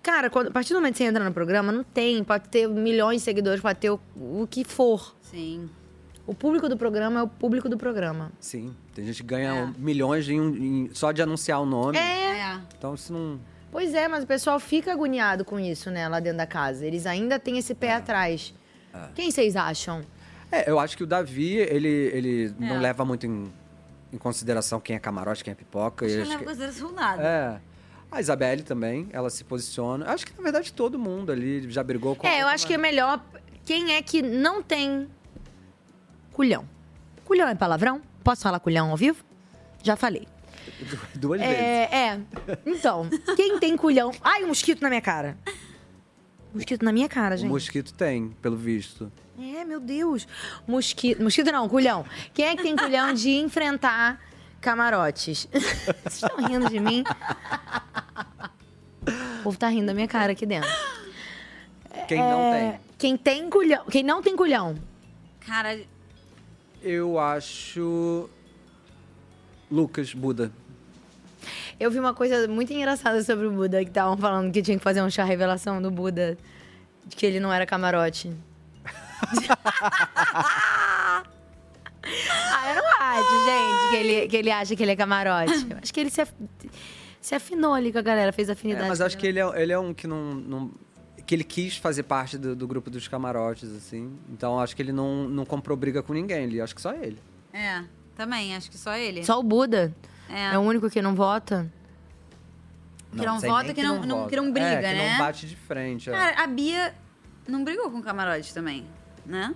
cara, quando, a partir do momento que você entra no programa, não tem. Pode ter milhões de seguidores, pode ter o, o que for. Sim. O público do programa é o público do programa. Sim, tem gente que ganha milhões em um- em- só de anunciar o nome. É. Então isso não. Pois é, mas o pessoal fica agoniado com isso, né, lá dentro da casa. Eles ainda têm esse pé É. atrás. Quem vocês acham? É, eu acho que o Davi, ele, ele É. não leva muito em, em consideração quem é camarote, quem é pipoca. e Acho que acho não leva que- consideração nada. É. A Isabelle também, ela se posiciona. Acho que, na verdade, todo mundo ali já brigou com É, eu acho que é melhor. Quem é que não tem culhão? Culhão é palavrão? Posso falar culhão ao vivo? Já falei. duas vezes. É, é. Então, quem tem culhão. Ai, um mosquito na minha cara. Mosquito na minha cara, O gente. Um mosquito tem, pelo visto. É, meu Deus. Mosquito. Mosquito não, culhão. Quem é que tem culhão de enfrentar camarotes? Vocês estão rindo de mim? O povo tá rindo da minha cara aqui dentro. É, Quem não tem. Quem tem culhão. Quem não tem culhão. Cara, Eu acho. Lucas Buda. Eu vi uma coisa muito engraçada sobre o Buda, que estavam falando que tinha que fazer um chá revelação do Buda, de que ele não era camarote. ah, eu não acho, gente, que ele, que ele acha que ele é camarote. Eu acho que ele se, af- se afinou ali com a galera, fez afinidade. É, mas acho que ele é, ele é um que não, não- que ele quis fazer parte do, do grupo dos camarotes, assim. Então acho que ele não, não comprou briga com ninguém ali. Acho que só ele. é. Também, acho que só ele. Só o Buda É. é um o único que não vota. Que não sei vota, nem que não- não- que não vota. briga, é, que né? não bate de frente. É, Cara, a Bia não brigou com o camarote também, né?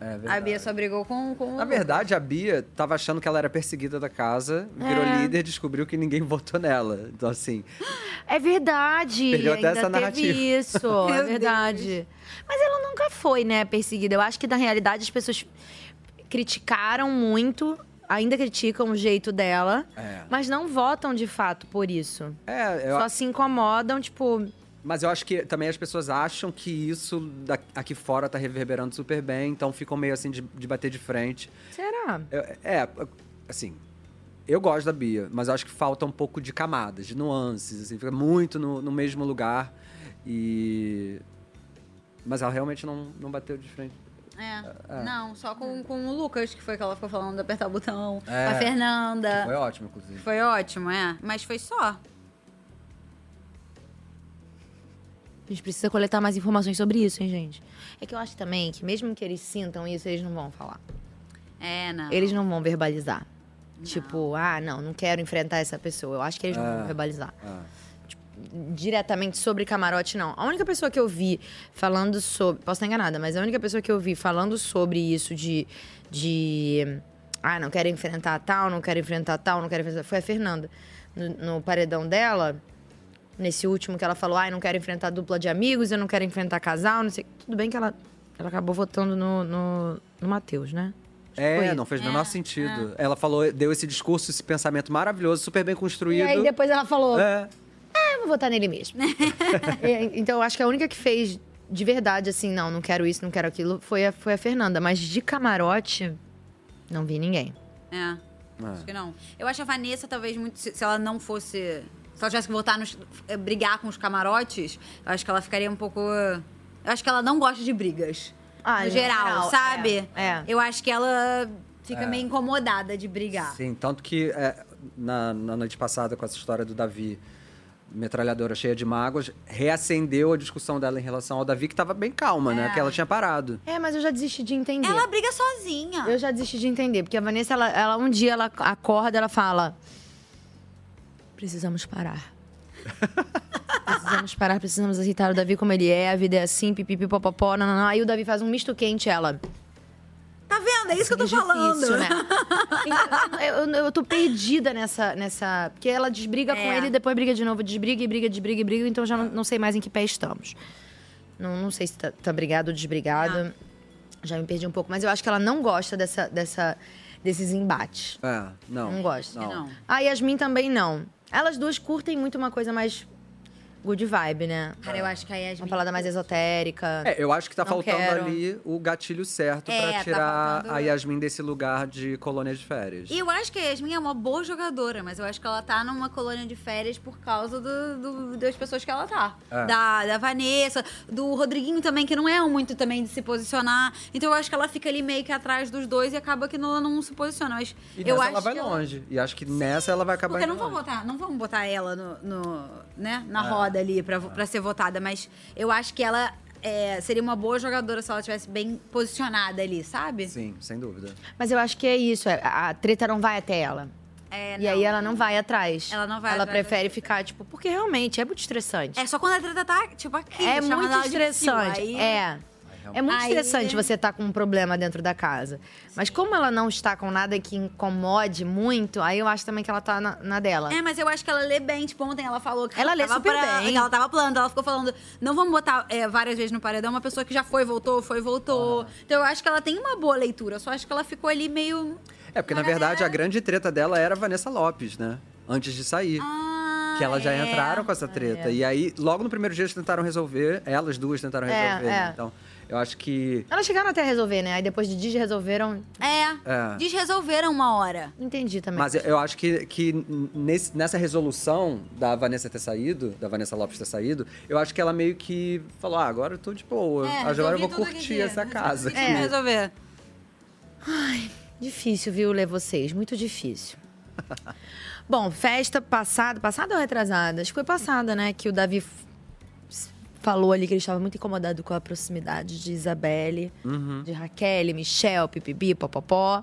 É A verdade. Bia só brigou com, com o Na verdade, a Bia tava achando que ela era perseguida da casa, virou É. líder, descobriu que ninguém votou nela. Então, assim, É verdade. Perdeu até ainda essa narrativa. Teve isso, é Meu verdade. Mas ela nunca foi, né, perseguida. Eu acho que, na realidade, as pessoas criticaram muito, ainda criticam o jeito dela, É. mas não votam de fato por isso. É, eu- Só se incomodam, tipo. Mas eu acho que também as pessoas acham que isso da- aqui fora ah, tá reverberando super bem, então ficam meio assim de, de bater de frente. Será? Eu- É, assim, eu gosto da Bia, mas acho que falta um pouco de camadas, de nuances, assim, fica muito no, no mesmo lugar e... Mas ela realmente não, não bateu de frente. É. É. Não, só com, com o Lucas, que foi que ela ficou falando de apertar o botão. É. A Fernanda. Que foi ótimo, inclusive. Foi ótimo, é. Mas foi só. A gente precisa coletar mais informações sobre isso, hein, gente? É que eu acho também que mesmo que eles sintam isso, eles não vão falar. É, não. Eles não vão verbalizar. Tipo, ah, não, não quero enfrentar essa pessoa. Eu acho que eles não É. vão verbalizar. Ah. diretamente sobre camarote, não. A única pessoa que eu vi falando sobre. Posso estar enganada, mas a única pessoa que eu vi falando sobre isso de. de ah, não quero enfrentar tal, não quero enfrentar tal, não quero enfrentar. Foi a Fernanda. No, no paredão dela, nesse último que ela falou, ai, não quero enfrentar dupla de amigos, eu não quero enfrentar casal, não sei. Tudo bem que ela, ela acabou votando no, no, no Matheus, né? Foi É, isso. é. não fez o menor sentido. Ela falou, deu esse discurso, esse pensamento maravilhoso, super bem construído. E aí depois ela falou: É. Ah, eu vou votar nele mesmo. E, então eu acho que a única que fez de verdade, assim, não, não quero isso, não quero aquilo, foi a, foi a Fernanda. Mas de camarote, não vi ninguém. É. Acho que não. Eu acho a Vanessa, talvez, muito. Se, se ela não fosse. Se ela tivesse que voltar nos. eh, brigar com os camarotes, eu acho que ela ficaria um pouco. eh, Eu acho que ela não gosta de brigas. Ah, no em é. geral, geral, sabe? é, é. Eu acho que ela fica É. meio incomodada de brigar. Sim, tanto que é, na, na noite passada, com essa história do Davi, metralhadora cheia de mágoas, reacendeu a discussão dela em relação ao Davi, que tava bem calma, né? É. Que ela tinha parado. É, mas eu já desisti de entender. Ela briga sozinha. Eu já desisti de entender, porque a Vanessa, ela, ela um dia ela acorda, ela fala: Precisamos parar. precisamos parar, precisamos aceitar o Davi como ele é, a vida é assim, pipipi, popopó, nananã. Aí o Davi faz um misto quente, ela. Tá vendo? É isso que eu tô falando. Difícil, né? Então, eu, eu, eu tô perdida nessa, nessa. Porque ela desbriga com É. ele, depois briga de novo, desbriga e briga, desbriga e briga, então eu já não, não sei mais em que pé estamos. Não, não sei se tá, tá brigado ou desbrigado. Já me perdi um pouco, mas eu acho que ela não gosta dessa, dessa, desses embates. É, não. Não gosto. Não. A Yasmin também não. Elas duas curtem muito uma coisa mais good vibe, né? Cara, eu acho que a Yasmin. Uma parada mais esotérica. É, eu acho que tá Não faltando quero. ali o gatilho certo É, pra tá tirar faltando- a Yasmin desse lugar de colônia de férias. E eu acho que a Yasmin é uma boa jogadora, mas eu acho que ela tá numa colônia de férias por causa do- do- das pessoas que ela tá. É. Da, da Vanessa, do Rodriguinho também, que não é muito também de se posicionar. Então eu acho que ela fica ali meio que atrás dos dois e acaba que ela não se posiciona. Mas E eu nessa acho ela vai que longe. E acho que nessa ela vai acabar Porque não indo vão longe. botar, não vão botar ela no, no- né, na É. roda ali pra, pra ser votada, mas eu acho que ela é, seria uma boa jogadora se ela estivesse bem posicionada ali, sabe? Sim, sem dúvida. Mas eu acho que é isso. é- A a treta não vai até ela. É, e aí ela não vai atrás. Ela não vai Ela atrás da prefere ficar, tipo, porque realmente é muito estressante. É só quando a treta tá, tipo, aqui. É chamando muito ela de fio, estressante. aí- É. É muito Aí- estressante você estar com um problema dentro da casa. Mas como ela não está com nada que incomode muito, aí eu acho também que ela tá na, na dela. É, mas eu acho que ela lê bem. Tipo, ontem ela falou que Ela lê tava super pra- bem. que Ela tava plano, ela ficou falando, não vamos botar é, várias vezes no paredão uma pessoa que já foi, voltou, foi, voltou. Então eu acho que ela tem uma boa leitura, só acho que ela ficou ali meio. É, porque na verdade a grande treta dela era a Vanessa Lopes, né? Antes de sair. que elas já é. entraram com essa treta. É. E aí, logo no primeiro dia, eles tentaram resolver. Elas duas tentaram É, resolver. né? é. Então, eu acho que. Elas chegaram até a resolver, né? Aí depois de desresolveram. É. É. Desresolveram uma hora. Entendi também. Mas eu acho que, que nesse- nessa resolução da Vanessa ter saído, da Vanessa Lopes ter saído, eu acho que ela meio que falou: ah, agora eu tô de boa. É, agora eu resolvi vou tudo que É. curtir tinha. essa casa. Tem que resolver. Difícil, viu, ler vocês? Muito difícil. Bom, festa passada, passada ou retrasada? Acho que foi passada, né? Que o Davi f- s- falou ali que ele estava muito incomodado com a proximidade de Isabelle, Uhum. de Raquel, Michel, Pipibi, Popopó.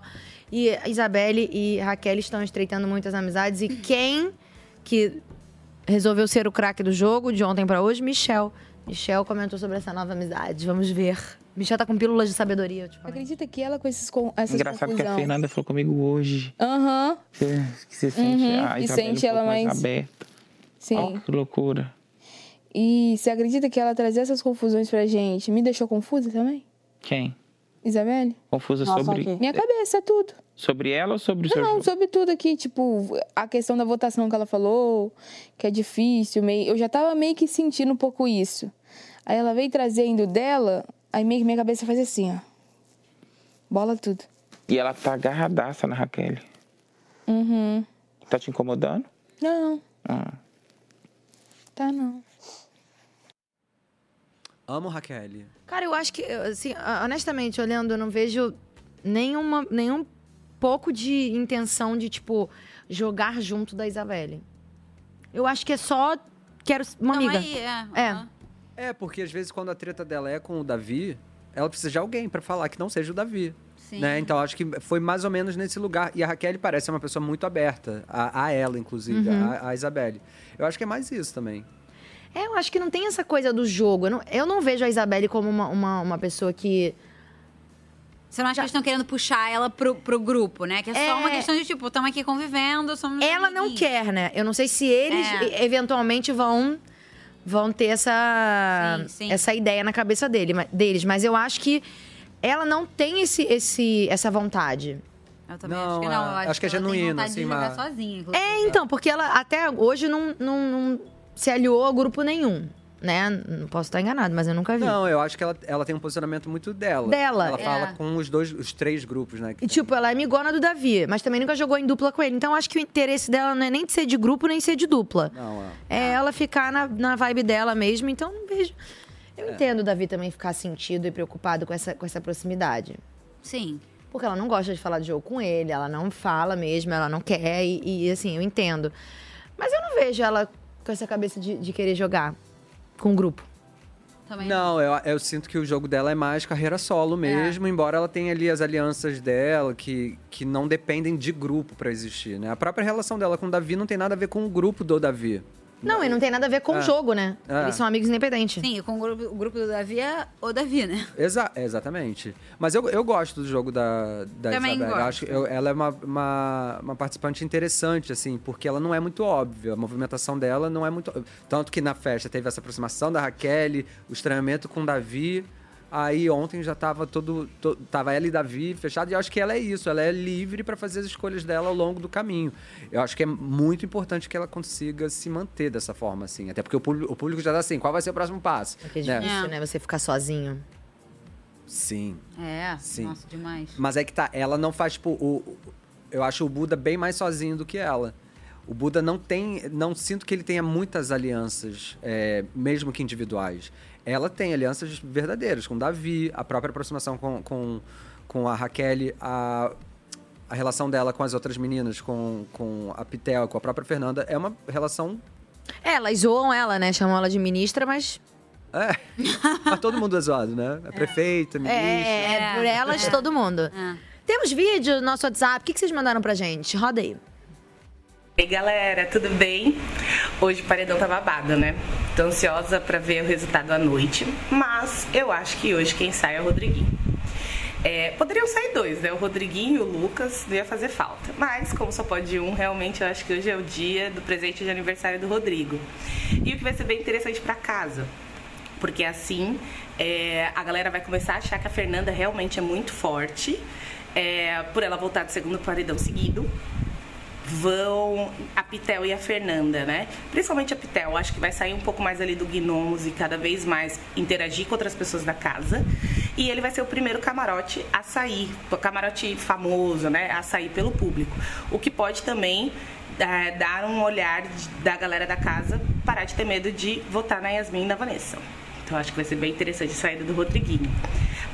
E a Isabelle e Raquel estão estreitando muitas amizades. E quem que resolveu ser o craque do jogo de ontem pra hoje? Michel. Michel comentou sobre essa nova amizade. Vamos ver. Michel tá com pílulas de sabedoria, tipo. Acredita que ela com esses com essas É Engraçado que a confusão- Fernanda falou comigo hoje. Aham, Você- Que você sente Uhum, a e Isabela sente um ela pouco mais, mais- aberta. sim. Ó, que loucura. E você acredita que ela trazer essas confusões pra gente me deixou confusa também? Quem? Isabelle? Confusa sobre... Minha cabeça, é tudo. Sobre ela ou sobre o seu Não, jogo? sobre tudo aqui, tipo, a questão da votação que ela falou, que é difícil, meio... eu já tava meio que sentindo um pouco isso. Aí ela veio trazendo dela, aí meio que minha cabeça faz assim, ó. Bola tudo. E ela tá agarradaça na Raquel. Uhum. Tá te incomodando? Não, Ah. tá não. Amo Raquel. Cara, eu acho que, assim, honestamente, olhando, eu não vejo nenhuma, nenhum pouco de intenção de, tipo, jogar junto da Isabelle. Eu acho que é só quero uma Tamo amiga. aí, é, é. É, porque às vezes quando a treta dela é com o Davi, ela precisa de alguém pra falar que não seja o Davi. Sim. Né? Então acho que foi mais ou menos nesse lugar. E a Raquel parece ser uma pessoa muito aberta a, a ela, inclusive, Uhum. a, a Isabelle. Eu acho que é mais isso também. É, eu acho que não tem essa coisa do jogo. Eu não, eu não vejo a Isabelle como uma, uma, uma pessoa que. Você não acha que eles estão querendo puxar ela pro, pro grupo, né? Que é, É. só uma questão de, tipo, estamos aqui convivendo, somos. Ela não quer, né? Eu não sei se eles É. e- eventualmente vão vão ter essa essa ideia na cabeça dele, ma- deles, mas eu acho que ela não tem esse, esse essa vontade. Eu também Não, acho que não, eu a- acho acho que que é ela tem genuíno, vontade de assim, jogar mas- sozinha, É, então, porque ela até hoje não, não, não se aliou a grupo nenhum, né? Não posso estar enganado, mas eu nunca vi. Não, eu acho que ela, ela tem um posicionamento muito dela. Dela, Ela é. fala com os dois, os três grupos, né? E, tipo, ela é amigona do Davi, mas também nunca jogou em dupla com ele. Então, acho que o interesse dela não é nem de ser de grupo, nem ser de dupla. Não, é. É ela ficar na, na vibe dela mesmo, então não vejo. Eu É. entendo o Davi também ficar sentido e preocupado com essa, com essa proximidade. Sim. Porque ela não gosta de falar de jogo com ele, ela não fala mesmo, ela não quer, e, e, assim, eu entendo. Mas eu não vejo ela com essa cabeça de, de querer jogar com o grupo. Não, eu, eu sinto que o jogo dela é mais carreira solo mesmo, embora ela tenha ali as alianças dela que, que não dependem de grupo pra existir, né? A própria relação dela com o Davi não tem nada a ver com o grupo do Davi. Não, e não tem nada a ver com o É. jogo, né? É. Eles são amigos independentes. Sim, com o grupo, o grupo do Davi é o Davi, né? Exa exatamente. Mas eu, eu gosto do jogo da, da Também Isabela. gosto. Acho que eu- ela é uma, uma, uma participante interessante, assim, porque ela não é muito óbvia. A movimentação dela não é muito. ó- Tanto que na festa teve essa aproximação da Raquel, o estranhamento com o Davi. Aí ontem já tava todo. to- tava ela e Davi fechado. E eu acho que ela é isso, ela é livre para fazer as escolhas dela ao longo do caminho. Eu acho que é muito importante que ela consiga se manter dessa forma, assim. Até porque o público, o público já tá assim, qual vai ser o próximo passo? Porque é difícil, né? Você ficar sozinho. Sim. É, Sim. nossa, demais. Mas é que tá, ela não faz, tipo, o, o- eu acho o Buda bem mais sozinho do que ela. O Buda não tem, não sinto que ele tenha muitas alianças, é, mesmo que individuais. Ela tem alianças verdadeiras, com Davi, a própria aproximação com, com, com a Raquel, a, a relação dela com as outras meninas, com, com a Pitel, com a própria Fernanda, é uma relação... É, elas zoam ela, né? Chamam ela de ministra, mas. É, mas todo mundo é zoado, né? A prefeita, a É, ministra... é, é, por elas, todo mundo. Temos vídeo no nosso WhatsApp. O que que vocês mandaram pra gente? Roda aí. Oi galera, tudo bem? Hoje o paredão tá babado, né? Tô ansiosa pra ver o resultado à noite, mas eu acho que hoje quem sai é o Rodriguinho. É, poderiam sair dois, né? O Rodriguinho e o Lucas não ia fazer falta. Mas, como só pode um, realmente eu acho que hoje é o dia do presente de aniversário do Rodrigo. E o que vai ser bem interessante pra casa. Porque assim é, a galera vai começar a achar que a Fernanda realmente é muito forte. é, por ela voltar do segundo paredão seguido vão a Pitel e a Fernanda, né? Principalmente a Pitel, acho que vai sair um pouco mais ali do Gnomos e cada vez mais interagir com outras pessoas da casa. E ele vai ser o primeiro camarote a sair, o camarote famoso, né? A sair pelo público. O que pode também eh, dar um olhar de- da galera da casa parar de ter medo de votar na Yasmin e na Vanessa. Então acho que vai ser bem interessante a saída do Rodriguinho.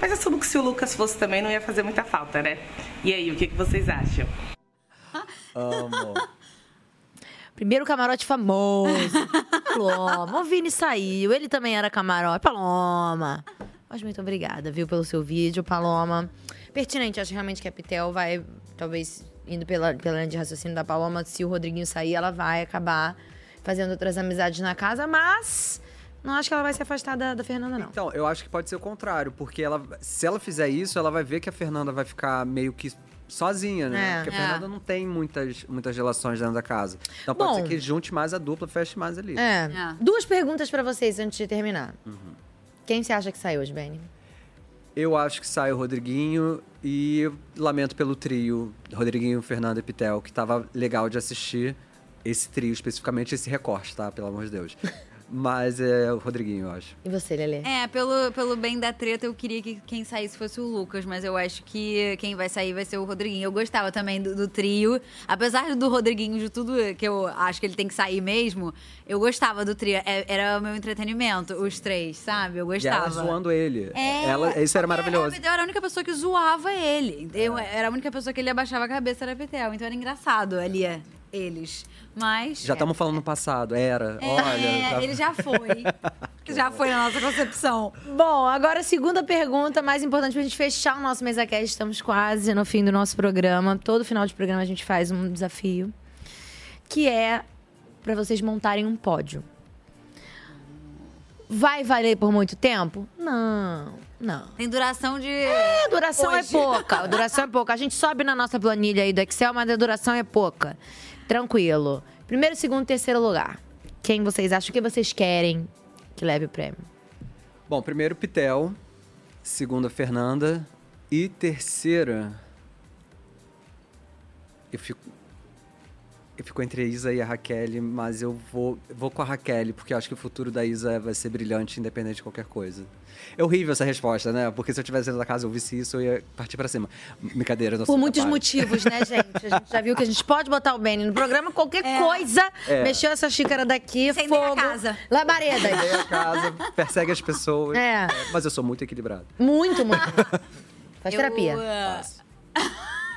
Mas assumo que se o Lucas fosse também não ia fazer muita falta, né? E aí, o que que vocês acham? Amo. Primeiro camarote famoso. Paloma. O Vini saiu. Ele também era camarote. Paloma. Mas muito obrigada, viu, pelo seu vídeo, Paloma. Pertinente, acho realmente que a Pitel vai, talvez, indo pela, pela linha de raciocínio da Paloma, se o Rodriguinho sair, ela vai acabar fazendo outras amizades na casa, mas não acho que ela vai se afastar da, da Fernanda, não. Então, eu acho que pode ser o contrário, porque ela, se ela fizer isso, ela vai ver que a Fernanda vai ficar meio que sozinha, né? É. Porque a É. Fernanda não tem muitas, muitas relações dentro da casa. Então pode Bom. ser que junte mais a dupla, feche mais ali. É. Duas perguntas pra vocês antes de terminar. Uhum. Quem você acha que sai hoje, Benny? Eu acho que sai o Rodriguinho e lamento pelo trio Rodriguinho, Fernanda e Pitel, que tava legal de assistir esse trio, especificamente esse recorte, tá? Pelo amor de Deus. Mas é o Rodriguinho, eu acho. E você, Lelê? É, pelo, pelo bem da treta, eu queria que quem saísse fosse o Lucas, mas eu acho que quem vai sair vai ser o Rodriguinho. Eu gostava também do, do trio. Apesar do Rodriguinho de tudo que eu acho que ele tem que sair mesmo, eu gostava do trio. É- era o meu entretenimento, os três, sabe? Eu E ela gostava. zoando ele. É, Ela, isso era O maravilhoso. Petel era a única pessoa que zoava ele. Eu, era a única pessoa que ele abaixava a cabeça, era Petel. Então era engraçado ali, é, eles. Mas. Já estamos falando no passado, era. É, Olha. tá- ele já foi. já foi na nossa concepção. Bom, agora a segunda pergunta, mais importante pra gente fechar o nosso MesaCast. Estamos quase no fim do nosso programa. Todo final de programa a gente faz um desafio. Que é pra vocês montarem um pódio. Vai valer por muito tempo? Não, não. Tem duração de. É, a duração é pouca. A duração é pouca. A gente sobe na nossa planilha aí do Excel, mas a duração é pouca. Tranquilo. Primeiro, segundo, terceiro lugar. Quem vocês acham que vocês querem que leve o prêmio? Bom, primeiro Pitel, segunda Fernanda e terceira eu fico eu fico entre a Isa e a Raquel, mas eu vou vou com a Raquel porque eu acho que o futuro da Isa vai ser brilhante independente de qualquer coisa. É horrível essa resposta, né? Porque se eu tivesse dentro da casa e ouvisse isso, eu ia partir pra cima. Brincadeira, eu não Por sou muitos capaz. motivos, né, gente? A gente já viu que a gente pode botar o Benny no programa, qualquer coisa. É. Mexeu essa xícara daqui, fogo. Labareda. Odeia é a casa, persegue as pessoas. É. Mas eu sou muito equilibrado. Muito, muito. Faz Eu, terapia. ah,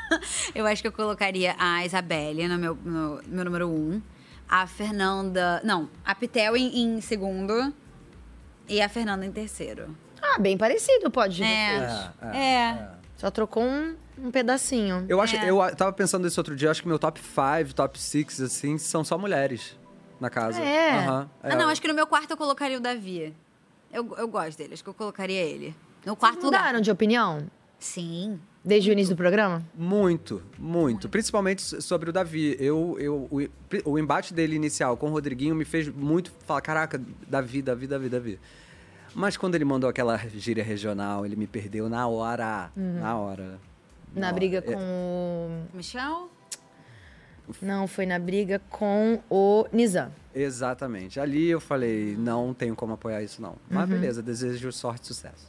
eu acho que eu colocaria a Isabelle no meu, no meu número um. A Fernanda. Não, a Pitel em, em segundo. E a Fernanda em terceiro. Ah, bem parecido, pode. É. É, É. é, Só trocou um, um pedacinho. Eu acho, É. eu a- tava pensando isso outro dia, acho que meu top 5, top 6, assim, são só mulheres na casa. É. Aham, Ah, não, acho que no meu quarto eu colocaria o Davi. Eu, eu gosto dele, acho que eu colocaria ele. No quarto lugar. Mudaram de opinião? Sim. Desde o início do programa? Muito, muito. Principalmente so- sobre o Davi. Eu, eu, o, pri- o embate dele inicial com o Rodriguinho me fez muito falar: caraca, Davi, Davi, Davi, Davi. Mas quando ele mandou aquela gíria regional, ele me perdeu na hora. Uhum. Na hora. Na Não, briga é- com o. Michel? Não, foi na briga com o Nizam. Exatamente. Ali eu falei: não tenho como apoiar isso, não. Mas Uhum. beleza, desejo sorte e sucesso.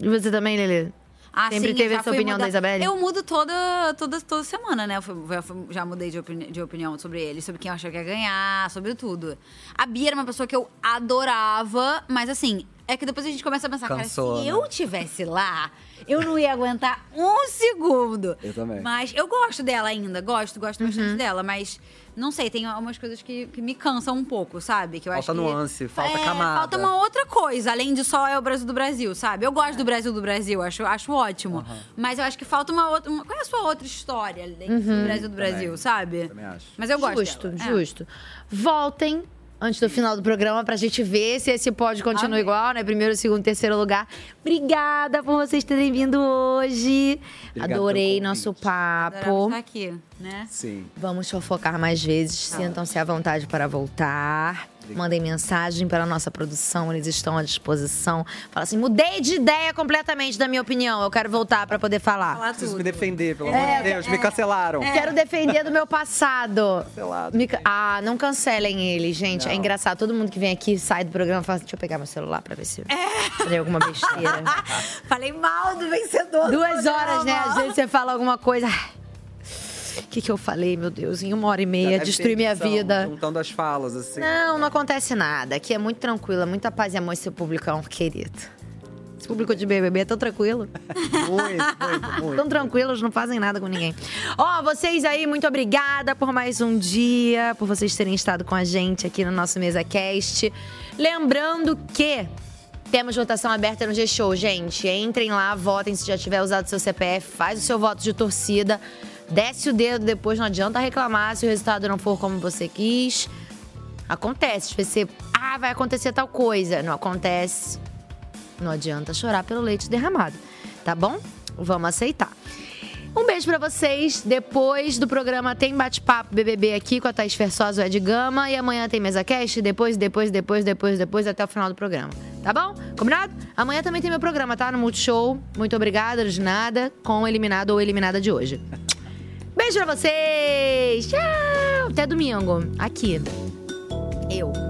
E você também, Lelê? Ah, Sempre sim, teve eu já essa fui opinião mudar- da Isabelle? Eu mudo toda, toda, toda semana, né? Eu fui- já fui- já mudei de, opini- de opinião sobre ele, sobre quem eu achava que ia ganhar, sobre tudo. A Bia era uma pessoa que eu adorava, mas assim, é que depois a gente começa a pensar, Cansou, cara, se né? eu tivesse lá, eu não ia aguentar um segundo. Eu também. Mas eu gosto dela ainda, gosto, gosto Uhum. bastante dela, mas não sei, tem algumas coisas que, que me cansam um pouco, sabe? Que eu Falta acho que- nuance, falta é, camada. Falta uma outra coisa, além de só é o Brasil do Brasil, sabe? Eu gosto do Brasil do Brasil, acho, acho ótimo. Mas eu acho que falta uma outra. uma- qual é a sua outra história além Uhum. do Brasil do Também. Brasil, sabe? Também acho. Mas eu gosto. Justo, dela, é. justo. Voltem antes do final do programa pra gente ver se esse pódio continua igual, né? Primeiro, segundo, terceiro lugar. Obrigada por vocês terem vindo hoje. Obrigado Adorei nosso Adorava papo. estar aqui, Tá. né? Sim. Vamos fofocar mais vezes. Sintam-se à vontade para voltar. Mandem mensagem para a nossa produção, eles estão à disposição. Fala assim: mudei de ideia completamente da minha opinião. Eu quero voltar para poder falar. Preciso me defender, pelo É, amor de Deus. Me cancelaram. É, Quero defender do meu passado. Me ca- Ah, não cancelem ele, gente. É engraçado. Todo mundo que vem aqui sai do programa e fala assim, deixa eu pegar meu celular pra ver se É, falei alguma besteira. Falei mal do vencedor. Duas horas, né? Às vezes você fala alguma coisa. "Ai, O que, que eu falei, meu Deus? Em uma hora e meia, Deve destruir ter minha edição, né? vida. Juntando as falas, assim. Não, não acontece nada. Aqui é muito tranquilo, é muita paz e amor esse público é um querido. Esse público de BBB é tão tranquilo. Muito, muito, muito. Tão tranquilos, não fazem nada com ninguém. Ó, vocês aí, muito obrigada por mais um dia, por vocês terem estado com a gente aqui no nosso MesaCast. Lembrando que temos votação aberta no G-Show, gente. Entrem lá, votem se já tiver usado seu CPF, faz o seu voto de torcida, desce o dedo depois, não adianta reclamar se o resultado não for como você quis. Acontece, você, ah, vai acontecer tal coisa, não acontece. Não adianta chorar pelo leite derramado, tá bom? Vamos aceitar. Um beijo pra vocês. Depois do programa tem bate-papo BBB aqui com a Thaís Versosa, o Ed Gama. E amanhã tem mesa cast. Depois, depois, depois, depois, depois, até o final do programa. Tá bom? Combinado? Amanhã também tem meu programa, tá? No Multishow. Muito obrigada, de nada, com o eliminado ou eliminada de hoje. Beijo pra vocês! Tchau! Até domingo. Aqui. Eu.